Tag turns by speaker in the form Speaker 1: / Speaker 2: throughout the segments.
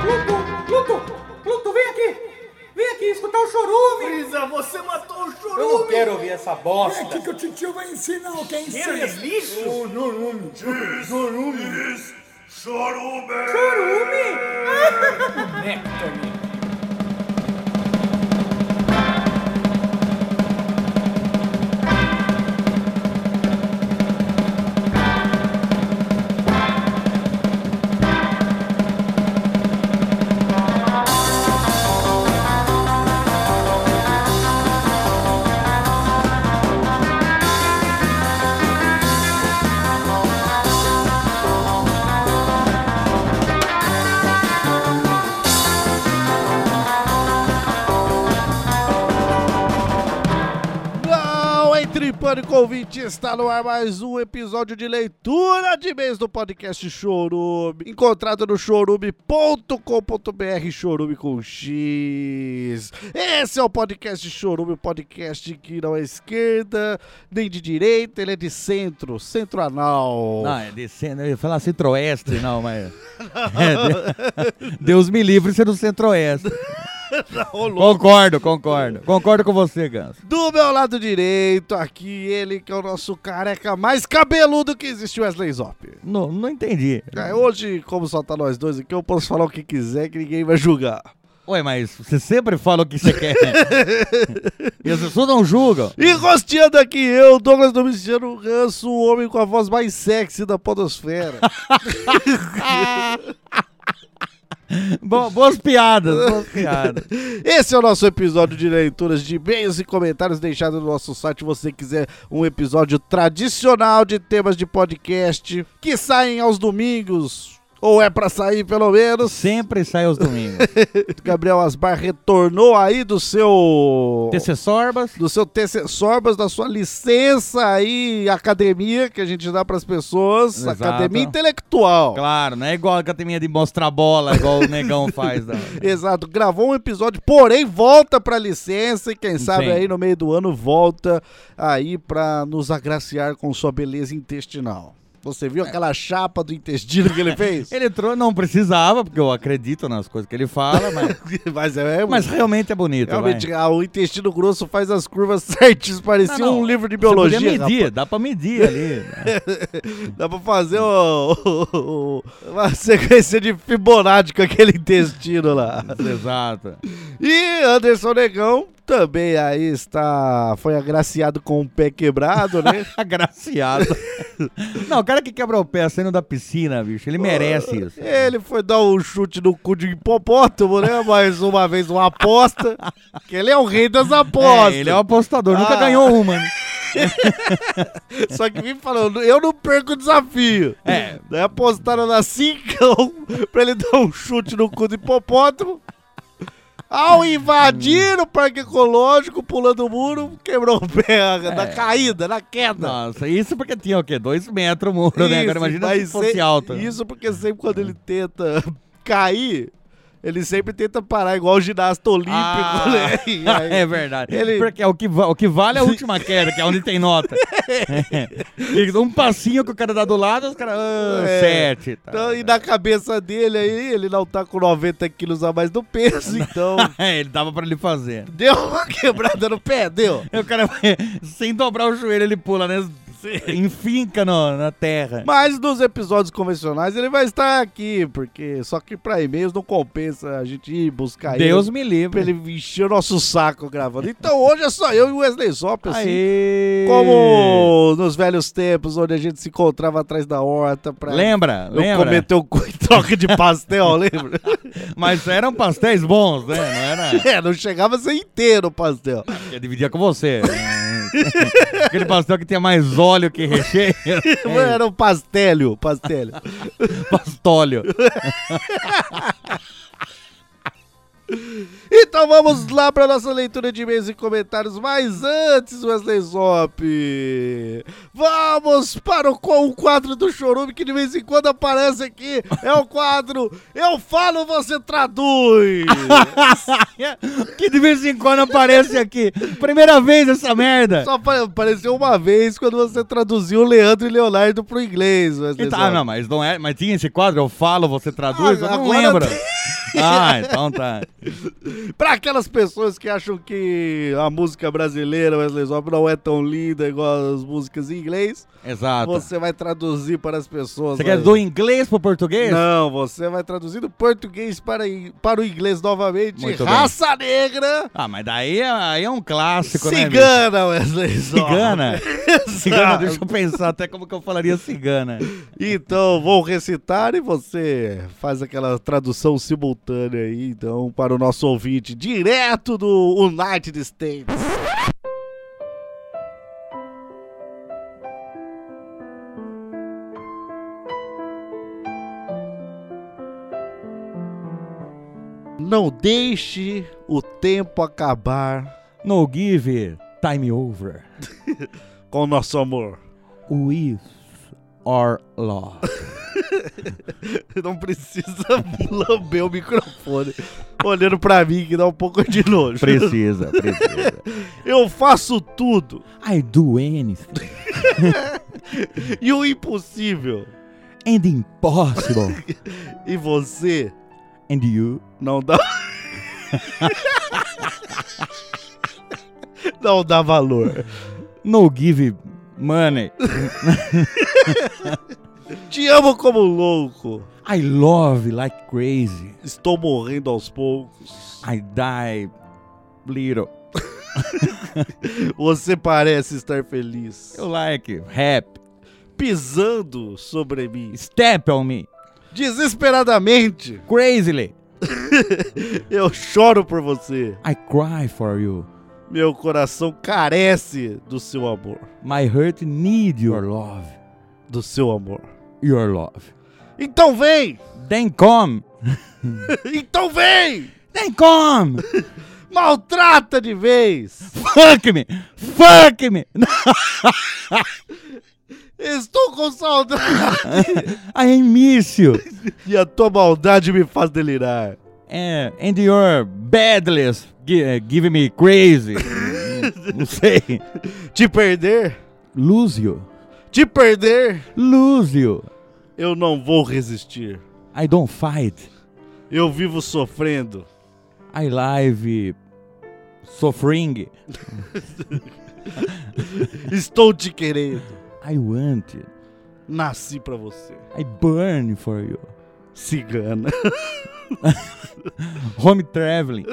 Speaker 1: Pluto, Pluto, Pluto, vem aqui! Vem aqui escutar o chorume!
Speaker 2: Brisa, você matou o
Speaker 1: Eu não
Speaker 2: chorume!
Speaker 1: quero ouvir essa
Speaker 3: É
Speaker 1: bosta!
Speaker 3: aqui que o titio vai ensinar o que é
Speaker 2: Cheiro de
Speaker 3: incesto.
Speaker 2: lixo!
Speaker 3: O Nurume. Nurume.
Speaker 1: Chorume!
Speaker 4: Não entre em pânico, ouvinte, está no ar mais um episódio de leitura de mês do podcast Chorume, encontrado no chorume.com.br, chorume com X. Esse é o podcast Chorume, o podcast que não é esquerda, nem de direita, ele é de centro, centro anal.
Speaker 5: Não, é descendo, eu ia falar centro-oeste, não, mas. É, de- Deus me livre de ser do centro-oeste. Concordo, concordo. Concordo com você, Ganso.
Speaker 4: Do meu lado direito, aqui ele que é o nosso careca mais cabeludo que existe, Wesley Zop.
Speaker 5: Não, não entendi.
Speaker 4: É, hoje, como só tá nós dois aqui, eu posso falar o que quiser que ninguém vai julgar.
Speaker 5: Ué, mas você sempre fala o que você quer. e as pessoas não julgam.
Speaker 4: E rosteando aqui eu, Douglas Domiciano Ganso, o homem com a voz mais sexy da podosfera.
Speaker 5: Bo- boas piadas, boas piadas.
Speaker 4: Esse é o nosso episódio de leituras de e-mails e comentários deixados no nosso site. Se você quiser um episódio tradicional de temas de podcast que saem aos domingos, ou é pra sair pelo menos.
Speaker 5: Sempre sai aos domingos.
Speaker 4: Gabriel Asbar retornou aí do seu...
Speaker 5: TC Sorbas.
Speaker 4: do seu TC Sorbas, da sua licença aí, academia, que a gente dá pras pessoas,
Speaker 5: Exato.
Speaker 4: academia intelectual.
Speaker 5: Claro, não é igual a academia de mostrar bola, igual o negão faz. não.
Speaker 4: Exato, gravou um episódio, porém volta pra licença e quem sabe
Speaker 5: Sim.
Speaker 4: aí no meio do ano volta aí pra nos agraciar com sua beleza intestinal. Você viu aquela chapa do intestino que ele fez?
Speaker 5: É. Ele entrou, não precisava, porque eu acredito nas coisas que ele fala, mas.
Speaker 4: Mas é, é
Speaker 5: Mas realmente é bonito,
Speaker 4: realmente
Speaker 5: vai.
Speaker 4: ah, o intestino grosso faz as curvas certas, parecia
Speaker 5: Não, não.
Speaker 4: um livro de
Speaker 5: Você
Speaker 4: biologia.
Speaker 5: podia
Speaker 4: rapaz.
Speaker 5: medir, dá pra medir ali. né?
Speaker 4: Dá pra fazer o- o- o- uma sequência de Fibonacci com aquele intestino lá.
Speaker 5: Exato.
Speaker 4: E Anderson Negão também aí está. Foi agraciado com o pé quebrado, né?
Speaker 5: Agraciado. Não, o cara que quebra o pé saindo da piscina, bicho, ele merece isso. É,
Speaker 4: Ele foi dar um chute no cu de hipopótamo, né? Mais uma vez uma aposta. Que ele é o rei das apostas.
Speaker 5: É, ele é um apostador, nunca
Speaker 4: Ah.
Speaker 5: ganhou uma. né?
Speaker 4: Só que me falando, eu não perco o desafio.
Speaker 5: É.
Speaker 4: Daí apostaram na 5 pra ele dar um chute no cu do hipopótamo. Ao invadir o parque ecológico, pulando o muro, quebrou o pé
Speaker 5: É.
Speaker 4: na caída, na queda.
Speaker 5: Nossa, isso porque tinha o quê? Dois metros o muro, né? Agora imagina se
Speaker 4: mas
Speaker 5: fosse
Speaker 4: se-
Speaker 5: alto.
Speaker 4: Isso porque sempre quando ele tenta cair, ele sempre tenta parar, igual o ginasta olímpico,
Speaker 5: Ah.
Speaker 4: né? E aí-
Speaker 5: É verdade.
Speaker 4: Ele-
Speaker 5: Porque o que, va- o que vale é a última queda, que é onde tem nota. E um passinho que o cara dá do lado, os caras. ah,
Speaker 4: É.
Speaker 5: Sete. tá.
Speaker 4: Então, e na cabeça dele aí, ele não tá com 90 quilos a mais do peso, então
Speaker 5: É, ele dava pra ele fazer.
Speaker 4: deu uma quebrada no pé, deu.
Speaker 5: Aí O cara vai, sem dobrar o joelho, ele pula, né?
Speaker 4: Sim.
Speaker 5: Enfinca no- na terra.
Speaker 4: Mas nos episódios convencionais ele vai estar aqui, porque só que pra e-mails não compensa a gente ir buscar
Speaker 5: Deus
Speaker 4: ele.
Speaker 5: me livre.
Speaker 4: pra ele encher o nosso saco gravando. Então hoje é só eu e o Wesley Zop, assim.
Speaker 5: Aê!
Speaker 4: Como nos velhos tempos, onde a gente se encontrava atrás da horta pra
Speaker 5: Lembra?
Speaker 4: não
Speaker 5: Lembra?
Speaker 4: comer teu cu em troca de pastel, lembra?
Speaker 5: Mas eram pastéis bons, né? Não era.
Speaker 4: É, não chegava a ser inteiro o pastel.
Speaker 5: Eu dividia com você. Aquele pastel que tinha mais óleo que recheio.
Speaker 4: Era um pastelho, pastelho.
Speaker 5: Pastóleo.
Speaker 4: Então vamos lá para nossa leitura de e-mails e comentários, mas antes, Wesley Zop, vamos para o, co- o quadro do Chorume que de vez em quando aparece aqui. É o quadro Eu Falo, Você Traduz.
Speaker 5: que de vez em quando aparece aqui. Primeira vez essa merda.
Speaker 4: Só apa- apareceu uma vez quando você traduziu Leandro e Leonardo pro inglês, Wesley
Speaker 5: Então, ah,
Speaker 4: Zop.
Speaker 5: não, mas não é. Mas tinha esse quadro, eu falo, você traduz,
Speaker 4: Ah,
Speaker 5: eu não
Speaker 4: agora
Speaker 5: lembro.
Speaker 4: tem.
Speaker 5: Ah, então tá.
Speaker 4: Pra aquelas pessoas que acham que a música brasileira, Wesley Zop, não é tão linda igual as músicas em inglês,
Speaker 5: Exato. Você,
Speaker 4: você vai traduzir para as pessoas.
Speaker 5: Ah, tá. quer
Speaker 4: vai-
Speaker 5: do inglês pro português?
Speaker 4: Não, você vai traduzir do português para, in- para o inglês novamente.
Speaker 5: Muito bem.
Speaker 4: Raça negra.
Speaker 5: Ah, mas daí é, aí é um clássico, né? bicho?
Speaker 4: Cigana, Wesley Zop.
Speaker 5: Cigana? Cigana, deixa eu pensar até como que eu falaria cigana.
Speaker 4: Então, vou recitar e você faz aquela tradução simultânea aí, então, para o nosso ouvinte, direto do United States. Não deixe o tempo acabar
Speaker 5: No give time over.
Speaker 4: com o nosso amor.
Speaker 5: We are lost.
Speaker 4: Não precisa lamber o microfone olhando pra mim que dá um pouco de nojo.
Speaker 5: Precisa, precisa.
Speaker 4: Eu faço tudo
Speaker 5: I do anything
Speaker 4: e o impossível.
Speaker 5: and impossible.
Speaker 4: E você
Speaker 5: And you
Speaker 4: não dá. não dá valor.
Speaker 5: no give money.
Speaker 4: Te amo como um louco.
Speaker 5: I love like crazy.
Speaker 4: Estou morrendo aos poucos.
Speaker 5: I die little.
Speaker 4: Você parece estar feliz.
Speaker 5: Eu like rap.
Speaker 4: Pisando sobre mim.
Speaker 5: Step on me.
Speaker 4: Desesperadamente,
Speaker 5: Crazily.
Speaker 4: eu choro por você.
Speaker 5: I cry for you.
Speaker 4: Meu coração carece do seu amor.
Speaker 5: My heart need your love.
Speaker 4: Do seu amor.
Speaker 5: Your love.
Speaker 4: Então vem!
Speaker 5: Then come.
Speaker 4: Então vem!
Speaker 5: Then come.
Speaker 4: Maltrata de vez!
Speaker 5: Fuck me. Fuck me.
Speaker 4: Estou com saudade!
Speaker 5: I miss you.
Speaker 4: e a tua maldade me faz delirar.
Speaker 5: And, and your badless gi- eh, give me crazy. Não sei.
Speaker 4: Te perder?
Speaker 5: Lose you.
Speaker 4: Te perder?
Speaker 5: Lose you.
Speaker 4: Eu não vou resistir.
Speaker 5: I don't fight.
Speaker 4: Eu vivo sofrendo.
Speaker 5: I live suffering.
Speaker 4: Estou te querendo.
Speaker 5: I want it.
Speaker 4: Nasci pra você.
Speaker 5: I burn for you.
Speaker 4: Cigana.
Speaker 5: Home traveling.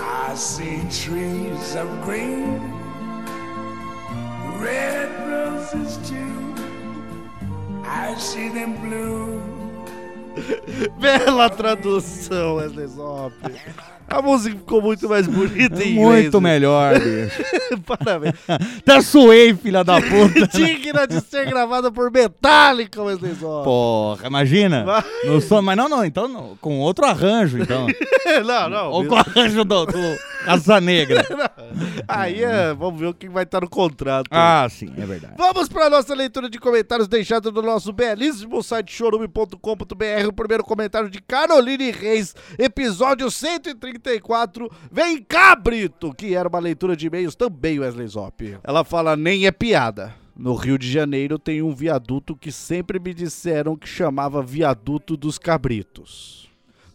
Speaker 3: I see trees of green, red roses too. I see them bloom.
Speaker 4: Bela tradução, Wesley Zop. A música ficou muito mais bonita em inglês.
Speaker 5: É Muito melhor, bicho.
Speaker 4: melhor. Parabéns.
Speaker 5: Até suei, filha da puta. né?
Speaker 4: Digna de ser gravada por Metallica, Wesley Zó.
Speaker 5: Porra, imagina.
Speaker 4: Vai.
Speaker 5: No som, mas não, não, então não, com outro arranjo, então.
Speaker 4: Não, não.
Speaker 5: Ou com o arranjo do, do Asa Negra.
Speaker 4: Aí é, vamos ver o que vai estar no contrato.
Speaker 5: Ah, sim, é verdade.
Speaker 4: Vamos para nossa leitura de comentários deixados no nosso belíssimo site chorume.com.br. O primeiro comentário de Caroline Reis, episódio 134. Vem Cabrito, que era uma leitura de e-mails também, Wesley Zop. Ela fala: nem é piada. No Rio de Janeiro tem um viaduto que sempre me disseram que chamava Viaduto dos Cabritos.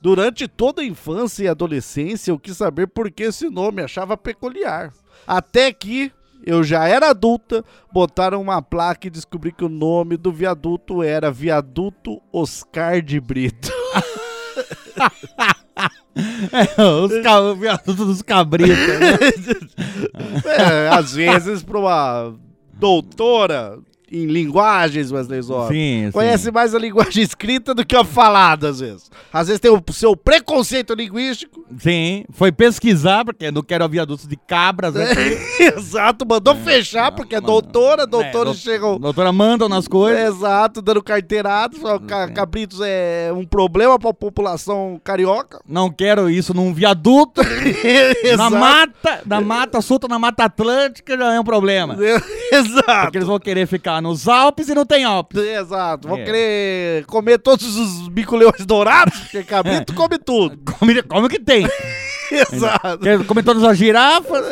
Speaker 4: Durante toda a infância e adolescência, eu quis saber por que esse nome achava peculiar. Até que eu já era adulta, botaram uma placa e descobri que o nome do viaduto era Viaduto Oscar de Brito.
Speaker 5: É, os ca... o viaduto dos cabritos. né?
Speaker 4: É, às vezes, para uma doutora em linguagens, Wesley Zop.
Speaker 5: Sim, sim.
Speaker 4: Conhece mais a linguagem escrita do que a falada, às vezes. Às vezes tem o seu preconceito linguístico.
Speaker 5: Sim, foi pesquisar, porque não quero viaduto de cabras. Né?
Speaker 4: É, Exato, mandou fechar, porque é doutora, doutores
Speaker 5: É, dout-
Speaker 4: chegam.
Speaker 5: Doutora, mandam nas coisas.
Speaker 4: Exato, dando carteirada. Só ca- Cabritos é um problema pra população carioca.
Speaker 5: Não quero isso num viaduto. na
Speaker 4: Exato.
Speaker 5: mata, na mata, solta na Mata Atlântica já é um problema.
Speaker 4: Exato.
Speaker 5: Porque eles vão querer ficar nos Alpes e não tem Alpes.
Speaker 4: Exato. Vão
Speaker 5: É.
Speaker 4: querer comer todos os bico-leões dourados, porque cabrito come tudo.
Speaker 5: Come, come o que tem.
Speaker 4: Exato.
Speaker 5: Quer comer todas as girafas.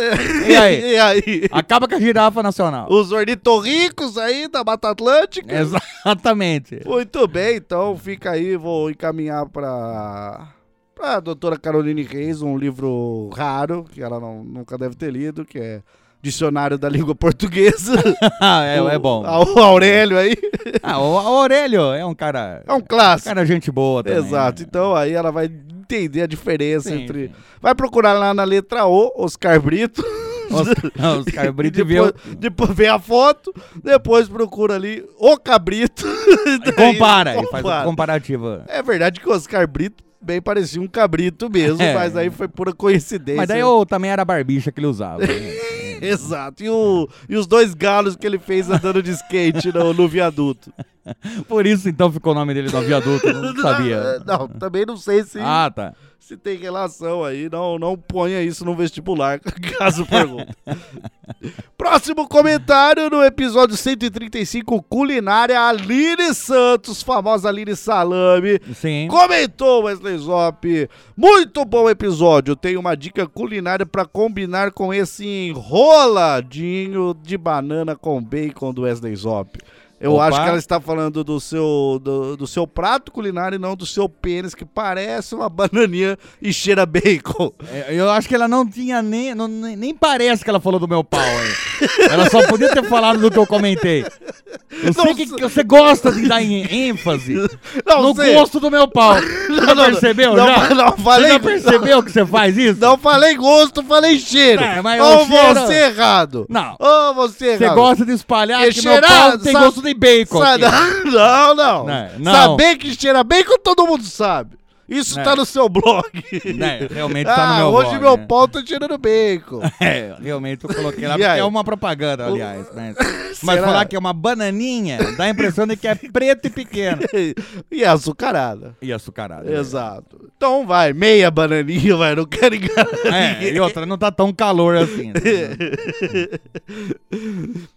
Speaker 5: E aí? Ah.
Speaker 4: E aí?
Speaker 5: Acaba com a girafa nacional.
Speaker 4: Os ornitorricos aí da Mata Atlântica.
Speaker 5: Exatamente.
Speaker 4: Muito bem, então fica aí, vou encaminhar pra pra doutora Caroline Reis, um livro raro, que ela não- nunca deve ter lido, que é Dicionário da Língua Portuguesa.
Speaker 5: Ah, é, é bom.
Speaker 4: O Aurélio aí.
Speaker 5: Ah, o, o Aurélio é um cara.
Speaker 4: É um clássico.
Speaker 5: cara gente boa também. né?
Speaker 4: Exato. Então aí ela vai entender a diferença
Speaker 5: Sim,
Speaker 4: entre.
Speaker 5: sim.
Speaker 4: Vai procurar lá na letra O, Oscar Brito.
Speaker 5: Os, os caras
Speaker 4: E
Speaker 5: Brito
Speaker 4: depois,
Speaker 5: viu.
Speaker 4: depois vem a foto, depois procura ali o Cabrito.
Speaker 5: e
Speaker 4: Daí
Speaker 5: né? Compara, e faz uma
Speaker 4: compara.
Speaker 5: comparativa.
Speaker 4: É verdade que o Oscar Brito bem parecia um cabrito mesmo,
Speaker 5: É.
Speaker 4: mas aí foi pura coincidência.
Speaker 5: Mas daí eu também era a barbicha que ele usava. né?
Speaker 4: Exato. E, o- e os dois galos que ele fez andando de skate no, no viaduto.
Speaker 5: Por isso então ficou o nome dele no viaduto, eu não sabia.
Speaker 4: Não, também não sei se,
Speaker 5: Ah, tá.
Speaker 4: se tem relação aí. Não, não ponha isso no vestibular, caso pergunte. Próximo comentário no episódio 135, culinária, Aline Santos, famosa Aline Salame.
Speaker 5: Sim.
Speaker 4: Comentou Wesley Zop. Muito bom episódio. Tem uma dica culinária pra combinar com esse enroladinho de banana com bacon do Wesley Zop. Eu
Speaker 5: Opa.
Speaker 4: acho que ela está falando do seu, do, do seu prato culinário e não do seu pênis, que parece uma bananinha e cheira bacon.
Speaker 5: É, Eu acho que ela não tinha nem. não- nem nem parece que ela falou do meu pau aí. Ela só podia ter falado do que eu comentei. Eu sei
Speaker 4: Não
Speaker 5: que,
Speaker 4: sei.
Speaker 5: que você gosta de dar em- ênfase
Speaker 4: Não
Speaker 5: no
Speaker 4: sei.
Speaker 5: gosto do meu pau. já percebeu?
Speaker 4: não,
Speaker 5: já?
Speaker 4: não falei-
Speaker 5: você já percebeu que você faz isso?
Speaker 4: Não falei gosto, falei cheiro.
Speaker 5: É, mas
Speaker 4: Ou
Speaker 5: o cheiro-
Speaker 4: você errado.
Speaker 5: Não.
Speaker 4: Ou você errado.
Speaker 5: Você gosta de espalhar
Speaker 4: Porque
Speaker 5: que meu
Speaker 4: cheirar-
Speaker 5: pau tem
Speaker 4: sabe-
Speaker 5: gosto de bacon.
Speaker 4: Sa-
Speaker 5: aqui.
Speaker 4: Não, não,
Speaker 5: Não, não.
Speaker 4: Saber que cheira bacon todo mundo sabe. Isso
Speaker 5: É.
Speaker 4: tá no seu blog.
Speaker 5: É, realmente
Speaker 4: ah,
Speaker 5: tá no meu
Speaker 4: hoje
Speaker 5: blog,
Speaker 4: meu
Speaker 5: né?
Speaker 4: pau tá cheirando bacon.
Speaker 5: É, realmente eu coloquei lá
Speaker 4: E
Speaker 5: porque
Speaker 4: aí?
Speaker 5: é uma propaganda, aliás. né? Mas
Speaker 4: Será?
Speaker 5: falar que é uma bananinha dá a impressão de que é preto e pequeno.
Speaker 4: e é açucarada.
Speaker 5: E açucarado. né?
Speaker 4: Exato. Então vai, meia bananinha, vai, não quero enganar.
Speaker 5: É, e outra, não tá tão calor assim. né?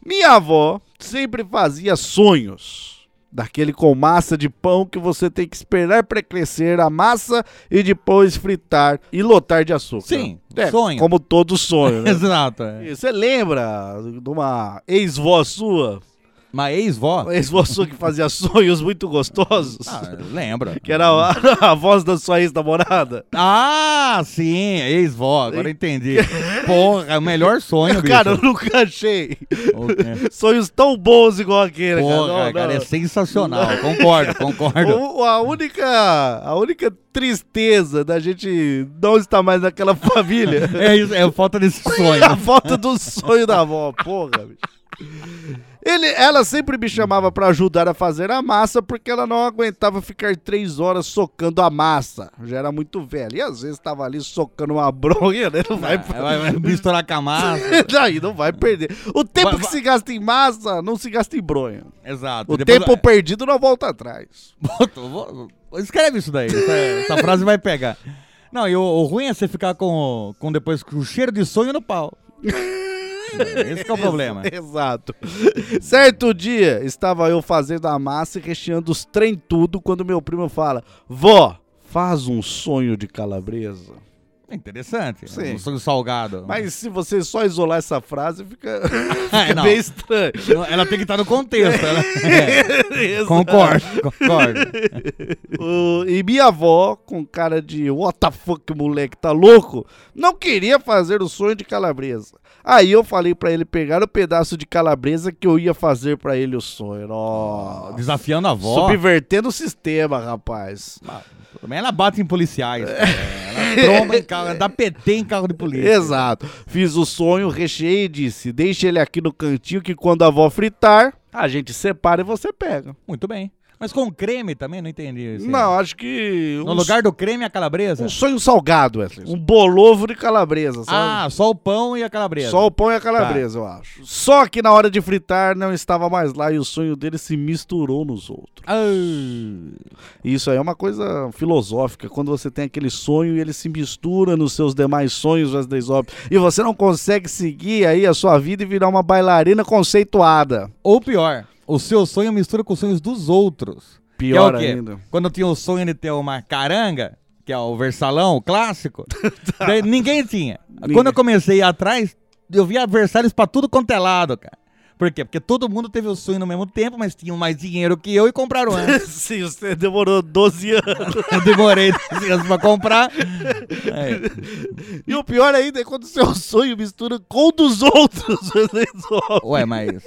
Speaker 4: Minha avó sempre fazia sonhos. Daquele com massa de pão que você tem que esperar para crescer a massa e depois fritar e lotar de açúcar.
Speaker 5: Sim,
Speaker 4: é,
Speaker 5: sonho.
Speaker 4: Como todo sonho, né?
Speaker 5: Exato. é.
Speaker 4: E Você lembra de uma ex-vó sua?
Speaker 5: Uma ex-vó?
Speaker 4: Uma ex-vó sua que fazia sonhos muito gostosos?
Speaker 5: Ah, lembra.
Speaker 4: Que era a, a voz da sua ex-namorada?
Speaker 5: Ah, sim, ex-vó, agora entendi. Porra, é o melhor sonho, bicho.
Speaker 4: Cara, eu nunca achei
Speaker 5: O- é.
Speaker 4: sonhos tão bons igual aquele,
Speaker 5: Porra,
Speaker 4: cara. Não, não.
Speaker 5: cara, é sensacional. Concordo, concordo.
Speaker 4: O- a, única, a única tristeza da gente não estar mais naquela família
Speaker 5: É, isso, é falta desse
Speaker 4: é a
Speaker 5: sonho.
Speaker 4: falta do sonho da avó, porra, bicho. Ele, ela sempre me chamava pra ajudar a fazer a massa porque ela não aguentava ficar três horas socando a massa. Já era muito velha. E às vezes tava ali socando uma bronha, né? Não vai,
Speaker 5: Aí Ah, Vai, vai misturar com a massa.
Speaker 4: Daí não vai perder. O tempo
Speaker 5: Vai-
Speaker 4: que
Speaker 5: vai-
Speaker 4: se gasta em massa, não se gasta em bronha.
Speaker 5: Exato.
Speaker 4: O
Speaker 5: Depois- é
Speaker 4: tempo perdido não volta atrás.
Speaker 5: Bota- vo- Escreve isso daí. Essa, essa frase vai pegar. Não, e o, o ruim é você ficar com, o- com depois com o cheiro de sonho no pau. Esse que é o problema.
Speaker 4: Exato. Certo dia, estava eu fazendo a massa e recheando os trem tudo quando meu primo fala: Vó, faz um sonho de calabresa.
Speaker 5: É interessante.
Speaker 4: Sim.
Speaker 5: Um sonho salgado.
Speaker 4: Mas se você só isolar essa frase, fica,
Speaker 5: Ah,
Speaker 4: fica
Speaker 5: não.
Speaker 4: bem estranho.
Speaker 5: Não, Ela tem que estar no contexto. ela- É. Concordo, concordo.
Speaker 4: O- e minha avó, com cara de what the fuck, moleque, tá louco? Não queria fazer o sonho de calabresa. Aí eu falei pra ele pegar o pedaço de calabresa que eu ia fazer pra ele o sonho. Ó,
Speaker 5: Desafiando a avó.
Speaker 4: subvertendo o sistema, rapaz.
Speaker 5: Também ela bate em policiais. cara. Ela tromba em carro, ela dá PT em carro de polícia.
Speaker 4: Exato. Fiz o sonho, recheei e disse: deixa ele aqui no cantinho que quando a avó fritar, a gente separa e você pega.
Speaker 5: Muito bem. Mas com creme também, não entendi. isso aí.
Speaker 4: Não, acho que.
Speaker 5: No
Speaker 4: um
Speaker 5: lugar do creme, a calabresa?
Speaker 4: Um sonho salgado, Wesley. Um bolovo de calabresa, sabe?
Speaker 5: Ah, só o pão e a calabresa.
Speaker 4: Só o pão e a calabresa, eu acho. Só que na hora de fritar não estava mais lá e o sonho dele se misturou nos outros.
Speaker 5: Ah,
Speaker 4: Isso aí é uma coisa filosófica. Quando você tem aquele sonho e ele se mistura nos seus demais sonhos, Wesley Zop, e você não consegue seguir aí a sua vida e virar uma bailarina conceituada.
Speaker 5: Ou pior, o seu sonho mistura com os sonhos dos outros. Que
Speaker 4: Pior
Speaker 5: é o quê?
Speaker 4: ainda.
Speaker 5: Quando eu tinha o sonho de ter uma caranga, que é o versalão o clássico,
Speaker 4: Tá.
Speaker 5: daí ninguém tinha. Quando eu comecei a ir atrás, eu via adversários pra tudo quanto é lado, cara. Por quê? Porque todo mundo teve o sonho no mesmo tempo, mas tinham mais dinheiro que eu e compraram antes.
Speaker 4: Sim, você demorou 12 anos.
Speaker 5: Eu demorei 12 anos pra comprar. É.
Speaker 4: E o pior ainda é quando o seu sonho mistura com o dos outros, Wesley Zop.
Speaker 5: Ué, mas.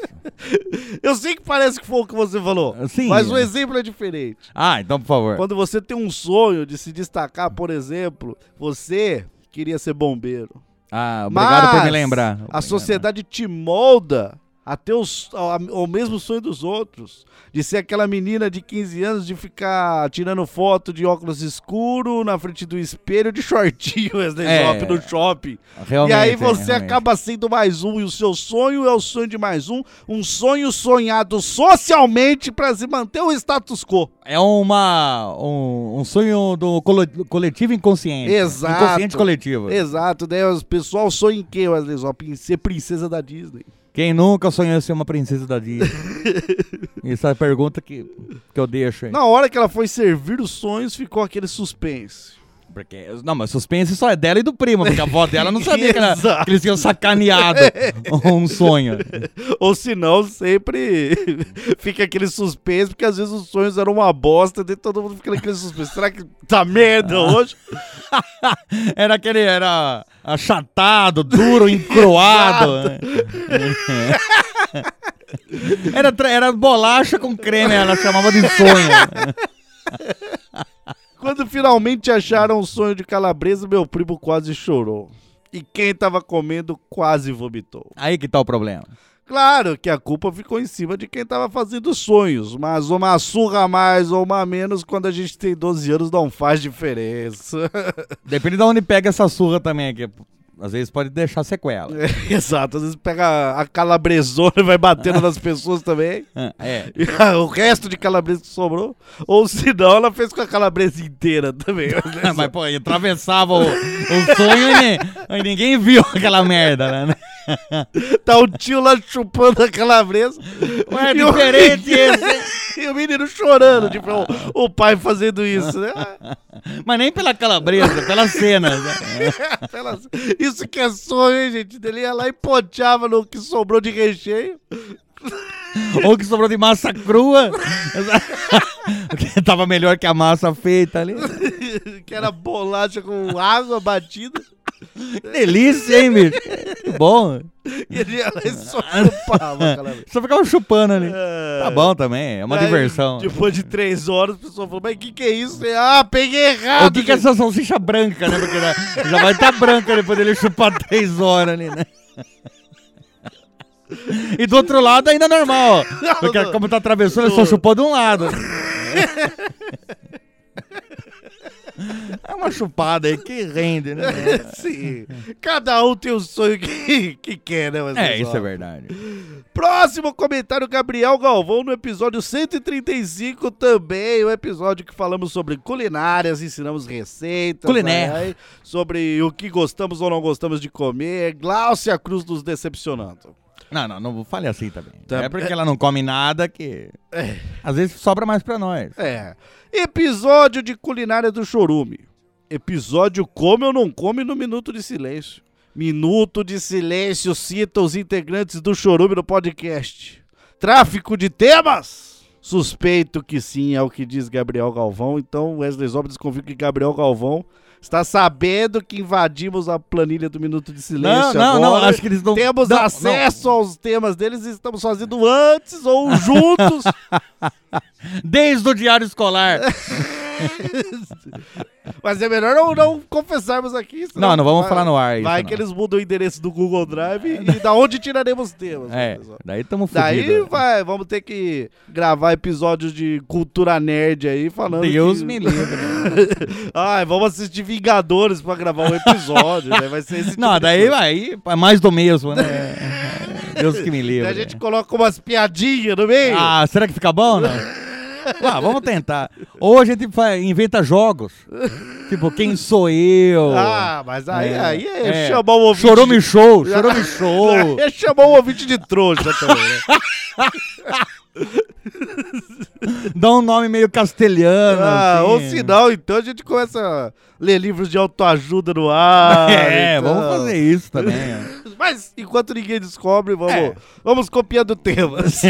Speaker 4: Eu sei que parece que foi o que você falou,
Speaker 5: Sim.
Speaker 4: mas o exemplo é diferente.
Speaker 5: Ah, então por favor.
Speaker 4: Quando você tem um sonho de se destacar, por exemplo, você queria ser bombeiro.
Speaker 5: Ah, obrigado por me
Speaker 4: Mas
Speaker 5: lembrar.
Speaker 4: A
Speaker 5: Obrigado.
Speaker 4: sociedade te molda a teus, ao, ao mesmo sonho dos outros. De ser aquela menina de 15 anos de ficar tirando foto de óculos escuro na frente do espelho de shortinho Wesley
Speaker 5: É.
Speaker 4: Zop, no shopping.
Speaker 5: Realmente, é,
Speaker 4: e aí você
Speaker 5: realmente.
Speaker 4: acaba sendo mais um, e o seu sonho é o sonho de mais um, um sonho sonhado socialmente para se manter o status quo.
Speaker 5: É uma, um, um sonho do colo- coletivo inconsciente.
Speaker 4: Exato.
Speaker 5: Inconsciente coletivo.
Speaker 4: Exato, daí o pessoal sonha em quê, Wesley Zop? Em ser princesa da Disney.
Speaker 5: Quem nunca sonhou em ser uma princesa da Disney? Essa é a pergunta que, que eu deixo aí.
Speaker 4: Na hora que ela foi servir os sonhos, ficou aquele suspense.
Speaker 5: Porque, não, mas suspense só é dela e do primo, porque a avó dela não sabia que, ela-
Speaker 4: Exato. É.
Speaker 5: que eles tinham sacaneado um sonho.
Speaker 4: Ou se não, sempre fica aquele suspense, porque às vezes os sonhos eram uma bosta, daí todo mundo fica naquele suspense. Será que tá merda hoje?
Speaker 5: Era aquele, era achatado, duro, encroado. né? era, tra- era bolacha com creme, ela chamava de sonho.
Speaker 4: Quando finalmente acharam o sonho de calabresa, meu primo quase chorou. E quem tava comendo quase vomitou.
Speaker 5: Aí que tá o problema.
Speaker 4: Claro que a culpa ficou em cima de quem tava fazendo os sonhos, mas uma surra a mais ou uma a menos quando a gente tem 12 anos não faz diferença.
Speaker 5: Depende de onde pega essa surra também, que às vezes pode deixar sequela.
Speaker 4: Exato, às vezes pega a calabresona e vai batendo nas pessoas também.
Speaker 5: É.
Speaker 4: E o resto de calabresa que sobrou. Ou se não, ela fez com a calabresa inteira também.
Speaker 5: Ah, Mas, pô, ele atravessava o, o sonho e, ni- e ninguém viu aquela merda, né?
Speaker 4: tá o tio lá chupando a calabresa.
Speaker 5: Ué, é
Speaker 4: E o-
Speaker 5: diferente esse.
Speaker 4: E o menino chorando, tipo, o, o pai fazendo isso, né?
Speaker 5: Mas nem pela calabresa, pela cena. né?
Speaker 4: Pela- Isso que é sonho, hein, gente? Ele ia lá e ponteava no que sobrou de recheio.
Speaker 5: Ou que sobrou de massa crua. que tava melhor que a massa feita ali.
Speaker 4: Que era bolacha com água batida.
Speaker 5: Que delícia, hein, bicho? Que Bom.
Speaker 4: E ele ia lá e só chupava a calabresa.
Speaker 5: Só ficava chupando ali.
Speaker 4: É.
Speaker 5: Tá bom também, é uma
Speaker 4: Aí,
Speaker 5: diversão.
Speaker 4: Depois de três horas, a pessoa falou: Mas o que, que é isso? Eu, ah, peguei errado.
Speaker 5: O que, que é
Speaker 4: gente."
Speaker 5: essa salsicha branca, né? Porque já, já vai estar branca depois dele chupar três horas ali, né? E do outro lado ainda é normal. Porque como tá atravessando, ele só chupou de um lado. É uma chupada aí que rende, né?
Speaker 4: Sim. Cada um tem o sonho que, que quer, né? mas
Speaker 5: É,
Speaker 4: pessoal?
Speaker 5: isso é verdade.
Speaker 4: Próximo comentário, Gabriel Galvão, no episódio 135 também, o episódio que falamos sobre culinárias, ensinamos receitas.
Speaker 5: Culiné.
Speaker 4: né? Sobre o que gostamos ou não gostamos de comer. Gláucia Cruz nos decepcionando.
Speaker 5: Não, não, não fale assim também.
Speaker 4: Tá-
Speaker 5: É porque ela não come nada que.
Speaker 4: É.
Speaker 5: Às vezes sobra mais pra nós.
Speaker 4: É. Episódio de culinária do chorume. Episódio como eu não come no minuto de silêncio. Minuto de silêncio cita os integrantes do chorume no podcast. Tráfico de temas? Suspeito que sim, é o que diz Gabriel Galvão. Então, Wesley Zobra desconfia que Gabriel Galvão está sabendo que invadimos a planilha do Minuto de
Speaker 5: Não,
Speaker 4: Silêncio.
Speaker 5: não, não,
Speaker 4: agora.
Speaker 5: acho que eles não.
Speaker 4: Temos
Speaker 5: não, não.
Speaker 4: acesso aos temas deles e estamos fazendo antes ou juntos.
Speaker 5: Desde o diário escolar.
Speaker 4: Mas é melhor não, não confessarmos aqui. senão
Speaker 5: Não, não vamos
Speaker 4: vai-
Speaker 5: falar no ar isso,
Speaker 4: Vai
Speaker 5: não. né?
Speaker 4: que eles mudam o endereço do Google Drive e da onde tiraremos temas. né,
Speaker 5: É,
Speaker 4: pessoal?
Speaker 5: daí estamos
Speaker 4: Daí
Speaker 5: fudidos.
Speaker 4: vai, vamos ter que gravar episódios de cultura nerd aí falando.
Speaker 5: Deus
Speaker 4: que...
Speaker 5: me livre.
Speaker 4: Ai, vamos assistir Vingadores pra gravar um episódio, né? Vai ser esse tipo
Speaker 5: Não,
Speaker 4: de
Speaker 5: daí
Speaker 4: coisa.
Speaker 5: vai é mais do mesmo, né? Deus que me livre. né?
Speaker 4: Daí a gente coloca umas piadinhas no meio.
Speaker 5: é. Ah, será que fica bom, não? Ah, vamos tentar. Ou a gente fa- inventa jogos. Tipo, quem sou eu?
Speaker 4: Ah, mas aí é,
Speaker 5: É,
Speaker 4: aí é,
Speaker 5: é.
Speaker 4: chamar o ouvinte.
Speaker 5: Chorume show, chorume show.
Speaker 4: É chamar o ouvinte de trouxa também, né?
Speaker 5: Dá um nome meio castelhano.
Speaker 4: Ah,
Speaker 5: assim.
Speaker 4: ou se não, então a gente começa a ler livros de autoajuda no ar.
Speaker 5: É,
Speaker 4: então. É.
Speaker 5: vamos fazer isso também.
Speaker 4: Mas enquanto ninguém descobre, vamos,
Speaker 5: É.
Speaker 4: vamos copiando temas.